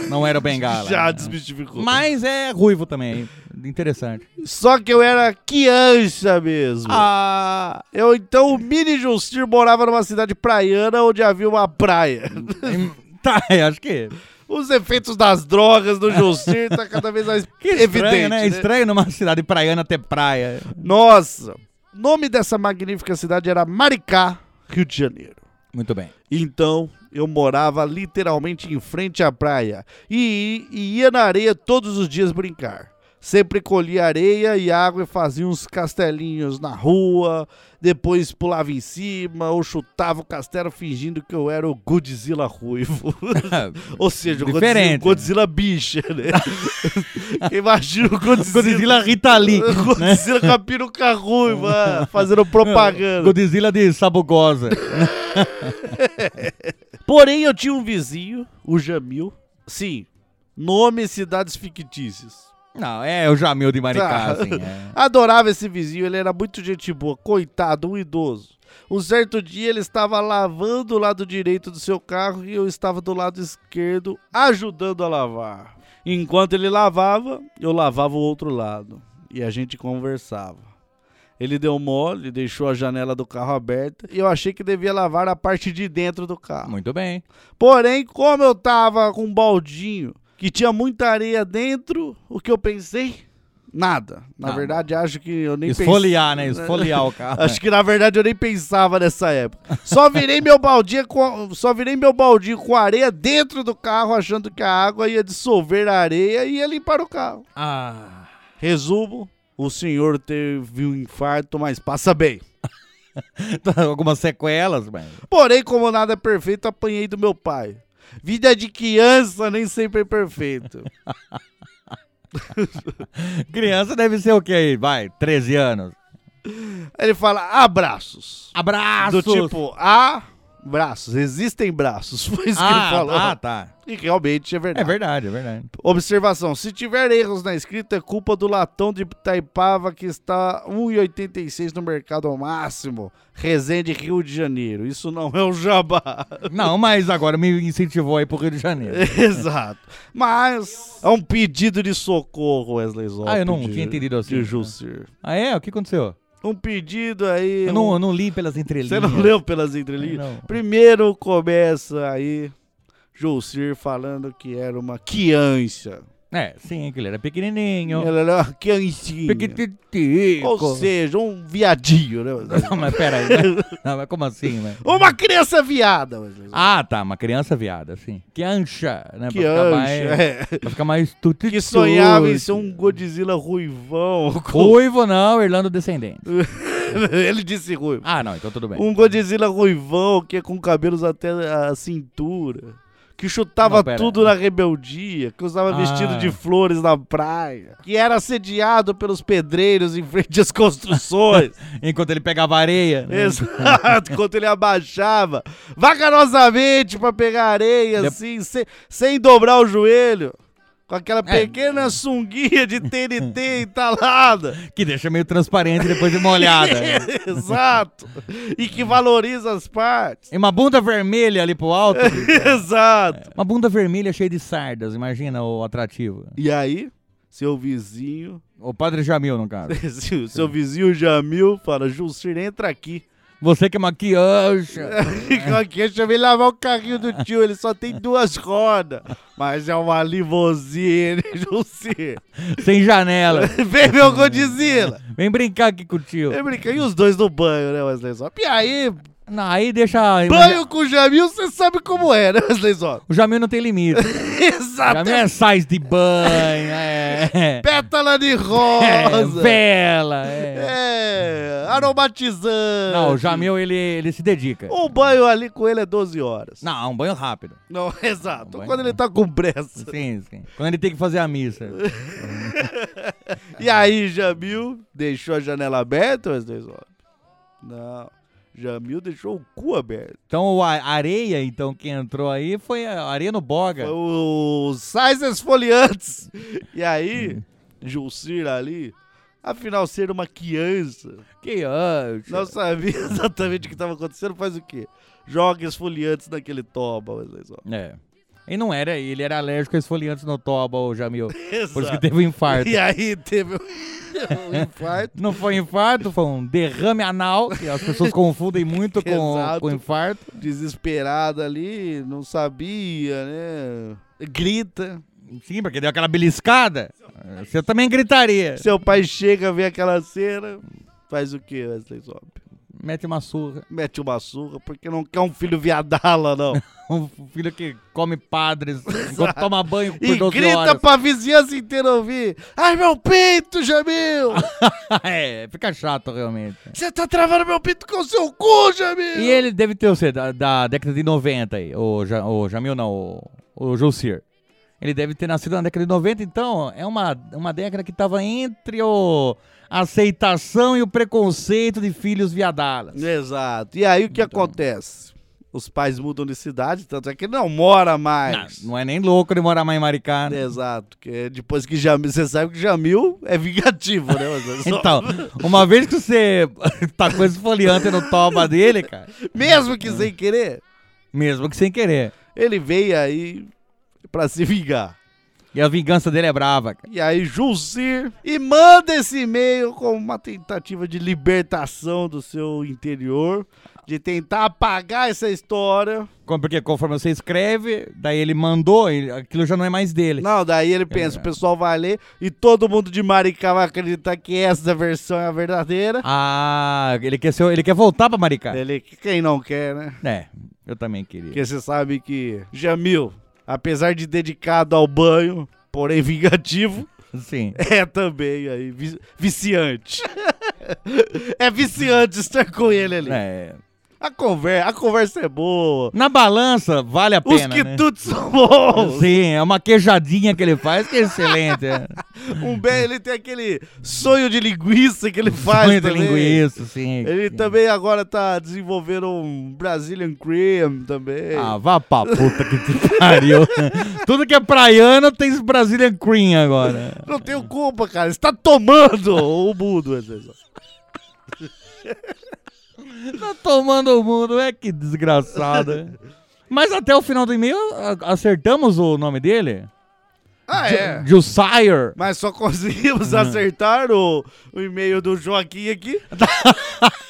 Speaker 5: não era o bengala.
Speaker 4: Já desmistificou.
Speaker 5: Mas é ruivo também, interessante.
Speaker 4: Só que eu era criança mesmo.
Speaker 5: Ah,
Speaker 4: Eu, então, o mini Jussir morava numa cidade praiana onde havia uma praia.
Speaker 5: Hum. em- tá, eu acho que.
Speaker 4: Os efeitos das drogas do Jussir tá cada vez mais
Speaker 5: que
Speaker 4: evidente.
Speaker 5: estranho, né?
Speaker 4: né?
Speaker 5: Estranho numa cidade praiana ter praia.
Speaker 4: Nossa! O nome dessa magnífica cidade era Maricá, Rio de Janeiro.
Speaker 5: Muito bem.
Speaker 4: Então, eu morava literalmente em frente à praia e, e ia na areia todos os dias brincar. Sempre colhia areia e água e fazia uns castelinhos na rua, depois pulava em cima ou chutava o castelo fingindo que eu era o Godzilla ruivo. ou seja, o Godzilla,
Speaker 5: Diferente,
Speaker 4: Godzilla bicha, né? Imagina o Godzilla
Speaker 5: Godzilla Rita Lee. né?
Speaker 4: Godzilla com a peruca ruiva, fazendo propaganda.
Speaker 5: Godzilla de sabugosa.
Speaker 4: Porém, eu tinha um vizinho, o Jamil. Sim, nome e cidades fictícias.
Speaker 5: Não, é o Jamil de Maricá,
Speaker 4: Tá.
Speaker 5: assim. é.
Speaker 4: Adorava esse vizinho, ele era muito gente boa. Coitado, um idoso. Um certo dia ele estava lavando o lado direito do seu carro e eu estava do lado esquerdo ajudando a lavar. Enquanto ele lavava, eu lavava o outro lado e a gente conversava. Ele deu mole, deixou a janela do carro aberta e eu achei que devia lavar a parte de dentro do carro.
Speaker 5: Muito bem.
Speaker 4: Porém, como eu tava com um baldinho que tinha muita areia dentro, o que eu pensei? Nada. Na
Speaker 5: Não.
Speaker 4: verdade, acho que eu nem
Speaker 5: Esfoliar, né?
Speaker 4: pensei.
Speaker 5: Esfoliar o carro. né?
Speaker 4: Acho que na verdade eu nem pensava nessa época. Só virei meu baldinho com, só virei meu baldinho com areia dentro do carro, achando que a água ia dissolver a areia e ia limpar o carro.
Speaker 5: Ah.
Speaker 4: Resumo: o senhor teve um infarto, mas passa bem. Ah.
Speaker 5: Algumas sequelas, mas.
Speaker 4: Porém, como nada é perfeito, apanhei do meu pai. Vida de criança nem sempre é perfeito.
Speaker 5: Criança deve ser o que aí? Vai, 13 anos.
Speaker 4: Ele fala abraços.
Speaker 5: Abraços!
Speaker 4: Do tipo, a braços. Existem braços. Foi isso que ele
Speaker 5: Ah,
Speaker 4: falou.
Speaker 5: ah, tá.
Speaker 4: E realmente é
Speaker 5: É
Speaker 4: verdade.
Speaker 5: verdade, é verdade.
Speaker 4: Observação: se tiver erros na escrita, é culpa do latão de Itaipava que está 1,86 no mercado ao máximo. Resende, Rio de Janeiro. Isso não é um jabá.
Speaker 5: Não, mas agora me incentivou aí pro Rio de Janeiro.
Speaker 4: Exato. Mas é um pedido de socorro, Wesley Zop.
Speaker 5: Ah, eu não
Speaker 4: de-
Speaker 5: tinha entendido assim,
Speaker 4: De
Speaker 5: né?
Speaker 4: Jussir.
Speaker 5: Ah, é? O que aconteceu?
Speaker 4: Um pedido aí.
Speaker 5: Eu
Speaker 4: um-
Speaker 5: não, eu não li pelas entrelinhas. É,
Speaker 4: Você não leu pelas entrelinhas?
Speaker 5: Não.
Speaker 4: Primeiro começa aí Jussir falando que era uma criança.
Speaker 5: É, sim, que ele era pequenininho.
Speaker 4: Ela era uma criancinha.
Speaker 5: Pequititico.
Speaker 4: Ou seja, um viadinho, né? Wesley?
Speaker 5: Não, mas peraí. né? Não, mas como assim, né?
Speaker 4: Uma criança viada, Wesley.
Speaker 5: Ah, tá, uma criança viada, sim. Que ancha, né? Pra
Speaker 4: que
Speaker 5: ficar mais-
Speaker 4: anjo, é.
Speaker 5: Pra ficar mais tutitude.
Speaker 4: Que sonhava em ser um Godzilla ruivão.
Speaker 5: Ruivo não, Irlando descendente.
Speaker 4: Ele disse ruivo.
Speaker 5: Ah, não, então tudo bem.
Speaker 4: Uh. Um Godzilla ruivão que é com cabelos até a cintura. Que chutava
Speaker 5: Não, pera.
Speaker 4: tudo na rebeldia, que usava
Speaker 5: Ah.
Speaker 4: vestido de flores na praia, que era assediado pelos pedreiros em frente às construções.
Speaker 5: Enquanto ele pegava areia. né?
Speaker 4: Exato, enquanto ele abaixava vagarosamente pra pegar areia,
Speaker 5: Dep-
Speaker 4: assim, sem, sem dobrar o joelho, com aquela
Speaker 5: É.
Speaker 4: pequena sunguinha de TNT entalada.
Speaker 5: Que deixa meio transparente depois de molhada. né.
Speaker 4: Exato. E que valoriza as partes.
Speaker 5: E uma bunda vermelha ali pro alto.
Speaker 4: Exato.
Speaker 5: Uma bunda vermelha cheia de sardas, imagina o atrativo.
Speaker 4: E aí, seu vizinho,
Speaker 5: O padre Jamil, no caso.
Speaker 4: seu- seu vizinho Jamil fala, Jussir, entra aqui.
Speaker 5: Você que é uma quiancha.
Speaker 4: aqui eu chamei lavar o carrinho do tio, ele só tem duas rodas. Mas é uma limusine, Jussir.
Speaker 5: sem janela.
Speaker 4: Vem meu Godzilla!
Speaker 5: Vem brincar aqui com o tio.
Speaker 4: Eu brinquei, e os dois no banho, né, Wesley Zop? E aí,
Speaker 5: Não, aí deixa.
Speaker 4: banho com o Jamil, você sabe como é, né, Wesley Zop?
Speaker 5: O Jamil não tem limite. O Jamil é
Speaker 4: Exatamente!
Speaker 5: sais de banho, é.
Speaker 4: Pétala de
Speaker 5: é
Speaker 4: rosa!
Speaker 5: vela, é.
Speaker 4: É, aromatizante!
Speaker 5: Não, o Jamil, ele, ele se dedica.
Speaker 4: O banho ali com ele é 12 horas.
Speaker 5: Não, um banho rápido.
Speaker 4: Não, exato.
Speaker 5: banho
Speaker 4: Quando ele tá com pressa.
Speaker 5: Sim, sim. Quando ele tem que fazer a missa.
Speaker 4: E aí, Jamil deixou a janela aberta, Wesley Zop? Não. Jamil deixou o cu aberto.
Speaker 5: Então a areia, então, que entrou aí foi a areia no boga.
Speaker 4: os sais esfoliantes. E
Speaker 5: Hum.
Speaker 4: aí, Jussir ali, afinal, ser uma criança,
Speaker 5: Que anjo.
Speaker 4: não sabia exatamente o que estava acontecendo, faz o quê? Joga esfoliantes naquele toba, Wesley Zop.
Speaker 5: É. E não era ele, era alérgico a esfoliantes no toba, o Jamil. Por isso que
Speaker 4: Exato.
Speaker 5: teve um infarto.
Speaker 4: E aí teve um infarto.
Speaker 5: Não foi infarto, foi um derrame anal, que as pessoas confundem muito com,
Speaker 4: Exato.
Speaker 5: com infarto.
Speaker 4: Desesperada ali, não sabia, né? Grita.
Speaker 5: Sim, porque deu aquela beliscada. Você também gritaria.
Speaker 4: Seu pai chega, vê aquela cena, faz o quê, Wesley Zop?
Speaker 5: Mete uma surra.
Speaker 4: Mete uma surra, porque não quer um filho viadala, não.
Speaker 5: Um filho que come padres enquanto toma banho por
Speaker 4: E
Speaker 5: 12
Speaker 4: grita
Speaker 5: horas.
Speaker 4: pra vizinhança inteira ouvir. Ai, meu pinto, Jamil!
Speaker 5: é, fica chato realmente.
Speaker 4: Você tá travando meu pinto com seu cu, Jamil!
Speaker 5: E ele deve ter o quê? Da, da década de 90 aí. O, ja, o Jamil não, o, o Jussir. Ele deve ter nascido na década de 90, então é uma, uma década que tava entre o a
Speaker 4: Né?
Speaker 5: aceitação e o preconceito de filhos viadalas. Então.
Speaker 4: Exato. E aí o que acontece? Os pais mudam de cidade, tanto é que ele não mora mais.
Speaker 5: Não é nem louco de morar mais em Maricá. né?
Speaker 4: Exato. Que é depois que Jamil. Você sabe que Jamil é vingativo, né? Mas é só-
Speaker 5: Então, uma vez que você tacou esse foliante no toba dele, cara,
Speaker 4: Mesmo que sem querer,
Speaker 5: mesmo que sem querer.
Speaker 4: ele veio aí pra se vingar.
Speaker 5: E a vingança dele é brava, cara.
Speaker 4: E aí, Julcir, e manda esse e-mail com uma tentativa de libertação do seu interior, de tentar apagar essa história.
Speaker 5: Como- Porque conforme você escreve, daí ele mandou, ele- aquilo já não é mais dele.
Speaker 4: Não, daí ele pensa, o pessoal vai ler e todo mundo de Maricá vai acreditar que essa versão é a verdadeira.
Speaker 5: Ah, ele quer, ser, ele quer voltar pra Maricá.
Speaker 4: Ele, quem não quer, né?
Speaker 5: É, eu também queria.
Speaker 4: Porque você sabe que Jamil, apesar de dedicado ao banho, porém vingativo,
Speaker 5: Sim.
Speaker 4: é também aí vi- viciante. é viciante estar com ele ali.
Speaker 5: É.
Speaker 4: A conversa, a conversa é boa.
Speaker 5: Na balança, vale a
Speaker 4: Os
Speaker 5: pena. né?
Speaker 4: quitutes são bons.
Speaker 5: Sim, é uma queijadinha que ele faz que é excelente. é.
Speaker 4: Um bem, ele tem aquele sonho de linguiça que ele faz
Speaker 5: Sonho de
Speaker 4: também.
Speaker 5: linguiça, sim.
Speaker 4: Ele
Speaker 5: Sim.
Speaker 4: também agora tá desenvolvendo um Brazilian Cream também.
Speaker 5: Ah, vá pra puta que te pariu. Tudo que é praiano tem esse Brazilian Cream agora.
Speaker 4: Não tenho culpa, cara. Está tomando o mundo. às vezes.
Speaker 5: Tá tomando o mundo, é que desgraçado. Mas até o final do e-mail a- acertamos o nome dele?
Speaker 4: Ah, é.
Speaker 5: Jussire.
Speaker 4: Mas só conseguimos acertar o, o e-mail do Joaquim aqui.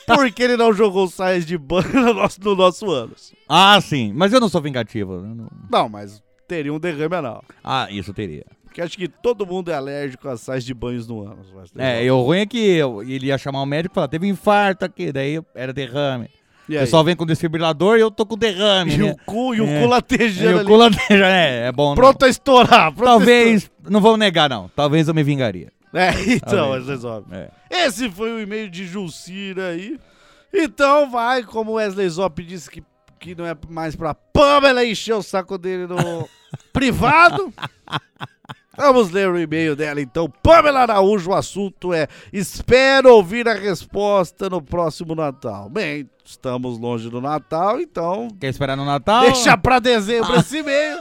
Speaker 4: porque ele não jogou saias de banho no nosso, no nosso ânus.
Speaker 5: Ah, sim. Mas eu não sou vingativo. eu não-
Speaker 4: Não, mas teria um derrame anal.
Speaker 5: Ah, isso eu teria.
Speaker 4: Porque acho que todo mundo é alérgico a sais de banhos no ânus. mas tem
Speaker 5: É,
Speaker 4: jeito.
Speaker 5: e o ruim é que eu- ele ia chamar o médico e falar, teve um infarto aqui, daí era derrame.
Speaker 4: E
Speaker 5: O
Speaker 4: aí?
Speaker 5: pessoal vem com desfibrilador e eu tô com derrame,
Speaker 4: E
Speaker 5: né?
Speaker 4: o cu, e o
Speaker 5: É.
Speaker 4: cu
Speaker 5: E
Speaker 4: latejando
Speaker 5: o
Speaker 4: ali.
Speaker 5: cu lateja, é, é bom. não.
Speaker 4: Pronto a estourar. Pronto a
Speaker 5: Talvez, não vou negar não, talvez eu me vingaria.
Speaker 4: É, então,
Speaker 5: Talvez.
Speaker 4: mas resolve.
Speaker 5: É.
Speaker 4: Esse foi o e-mail de Julcira aí. Então vai, como Wesley Zop disse que, que não é mais pra Pamela encher o saco dele no privado. Vamos ler o e-mail dela então. Pamela Araújo, o assunto é Espero ouvir a resposta no próximo Natal. Bem, estamos longe do Natal, então
Speaker 5: Quer esperar no Natal?
Speaker 4: Deixa pra dezembro esse e-mail.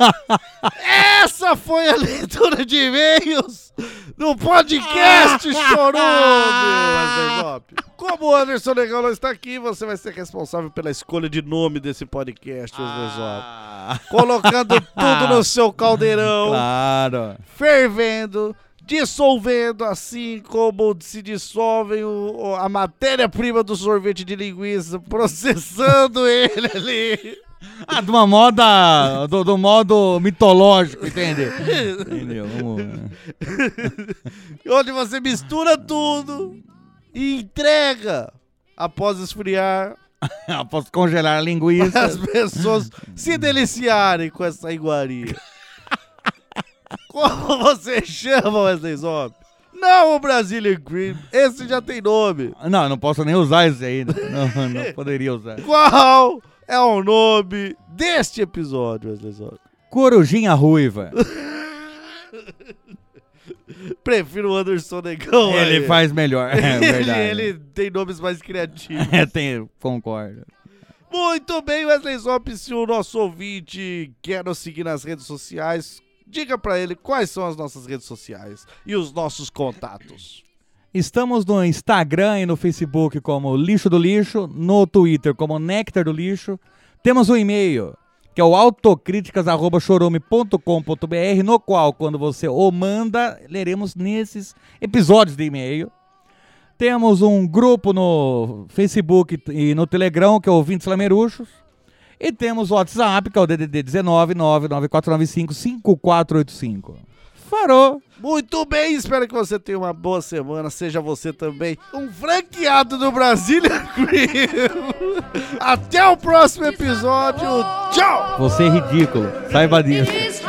Speaker 4: Essa foi a leitura de e-mails do podcast Chorume. Como o Anderson Negão não está aqui, você vai ser responsável pela escolha de nome desse podcast, Wesley Zop.
Speaker 5: Ah,
Speaker 4: Colocando tudo no seu caldeirão,
Speaker 5: claro.
Speaker 4: fervendo, dissolvendo, assim como se dissolvem o- o- a matéria-prima do sorvete de linguiça, processando ele ali.
Speaker 5: Ah, de uma moda, do, do modo mitológico, entende? Entendeu, vamos... né?
Speaker 4: onde você mistura tudo e entrega após esfriar
Speaker 5: Eu Ah, Posso congelar a
Speaker 4: as
Speaker 5: linguiça.
Speaker 4: pessoas se deliciarem com essa iguaria. Como você chama Wesley Zop? Não o Brazilian Cream, esse já tem nome.
Speaker 5: Não, eu não posso nem usar esse aí. Não, não poderia usar.
Speaker 4: Qual é o nome deste episódio, Wesley Zop?
Speaker 5: Corujinha ruiva.
Speaker 4: Prefiro o Anderson Negão.
Speaker 5: Ele
Speaker 4: aí.
Speaker 5: faz melhor. É
Speaker 4: ele,
Speaker 5: verdade.
Speaker 4: ele tem nomes mais criativos.
Speaker 5: É, tem, concordo.
Speaker 4: Muito bem, Wesley Zop, se o nosso ouvinte quer nos seguir nas redes sociais, diga pra ele quais são as nossas redes sociais e os nossos contatos.
Speaker 5: Estamos no Instagram e no Facebook como Lixo do Lixo, no Twitter como Nectar do Lixo. Temos um e-mail, que é o autocríticas.chorome.com.br, no qual, quando você o manda, leremos nesses episódios de e-mail. Temos um grupo no Facebook e no Telegram, que é Ouvintes Lameruchos. E temos o WhatsApp, que é o DDD 19 99495 5485. Farou!
Speaker 4: Muito bem, espero que você tenha uma boa semana, seja você também um franqueado do Brasília Cream. Até o próximo episódio, tchau!
Speaker 5: Você é ridículo, saiba disso.
Speaker 2: It is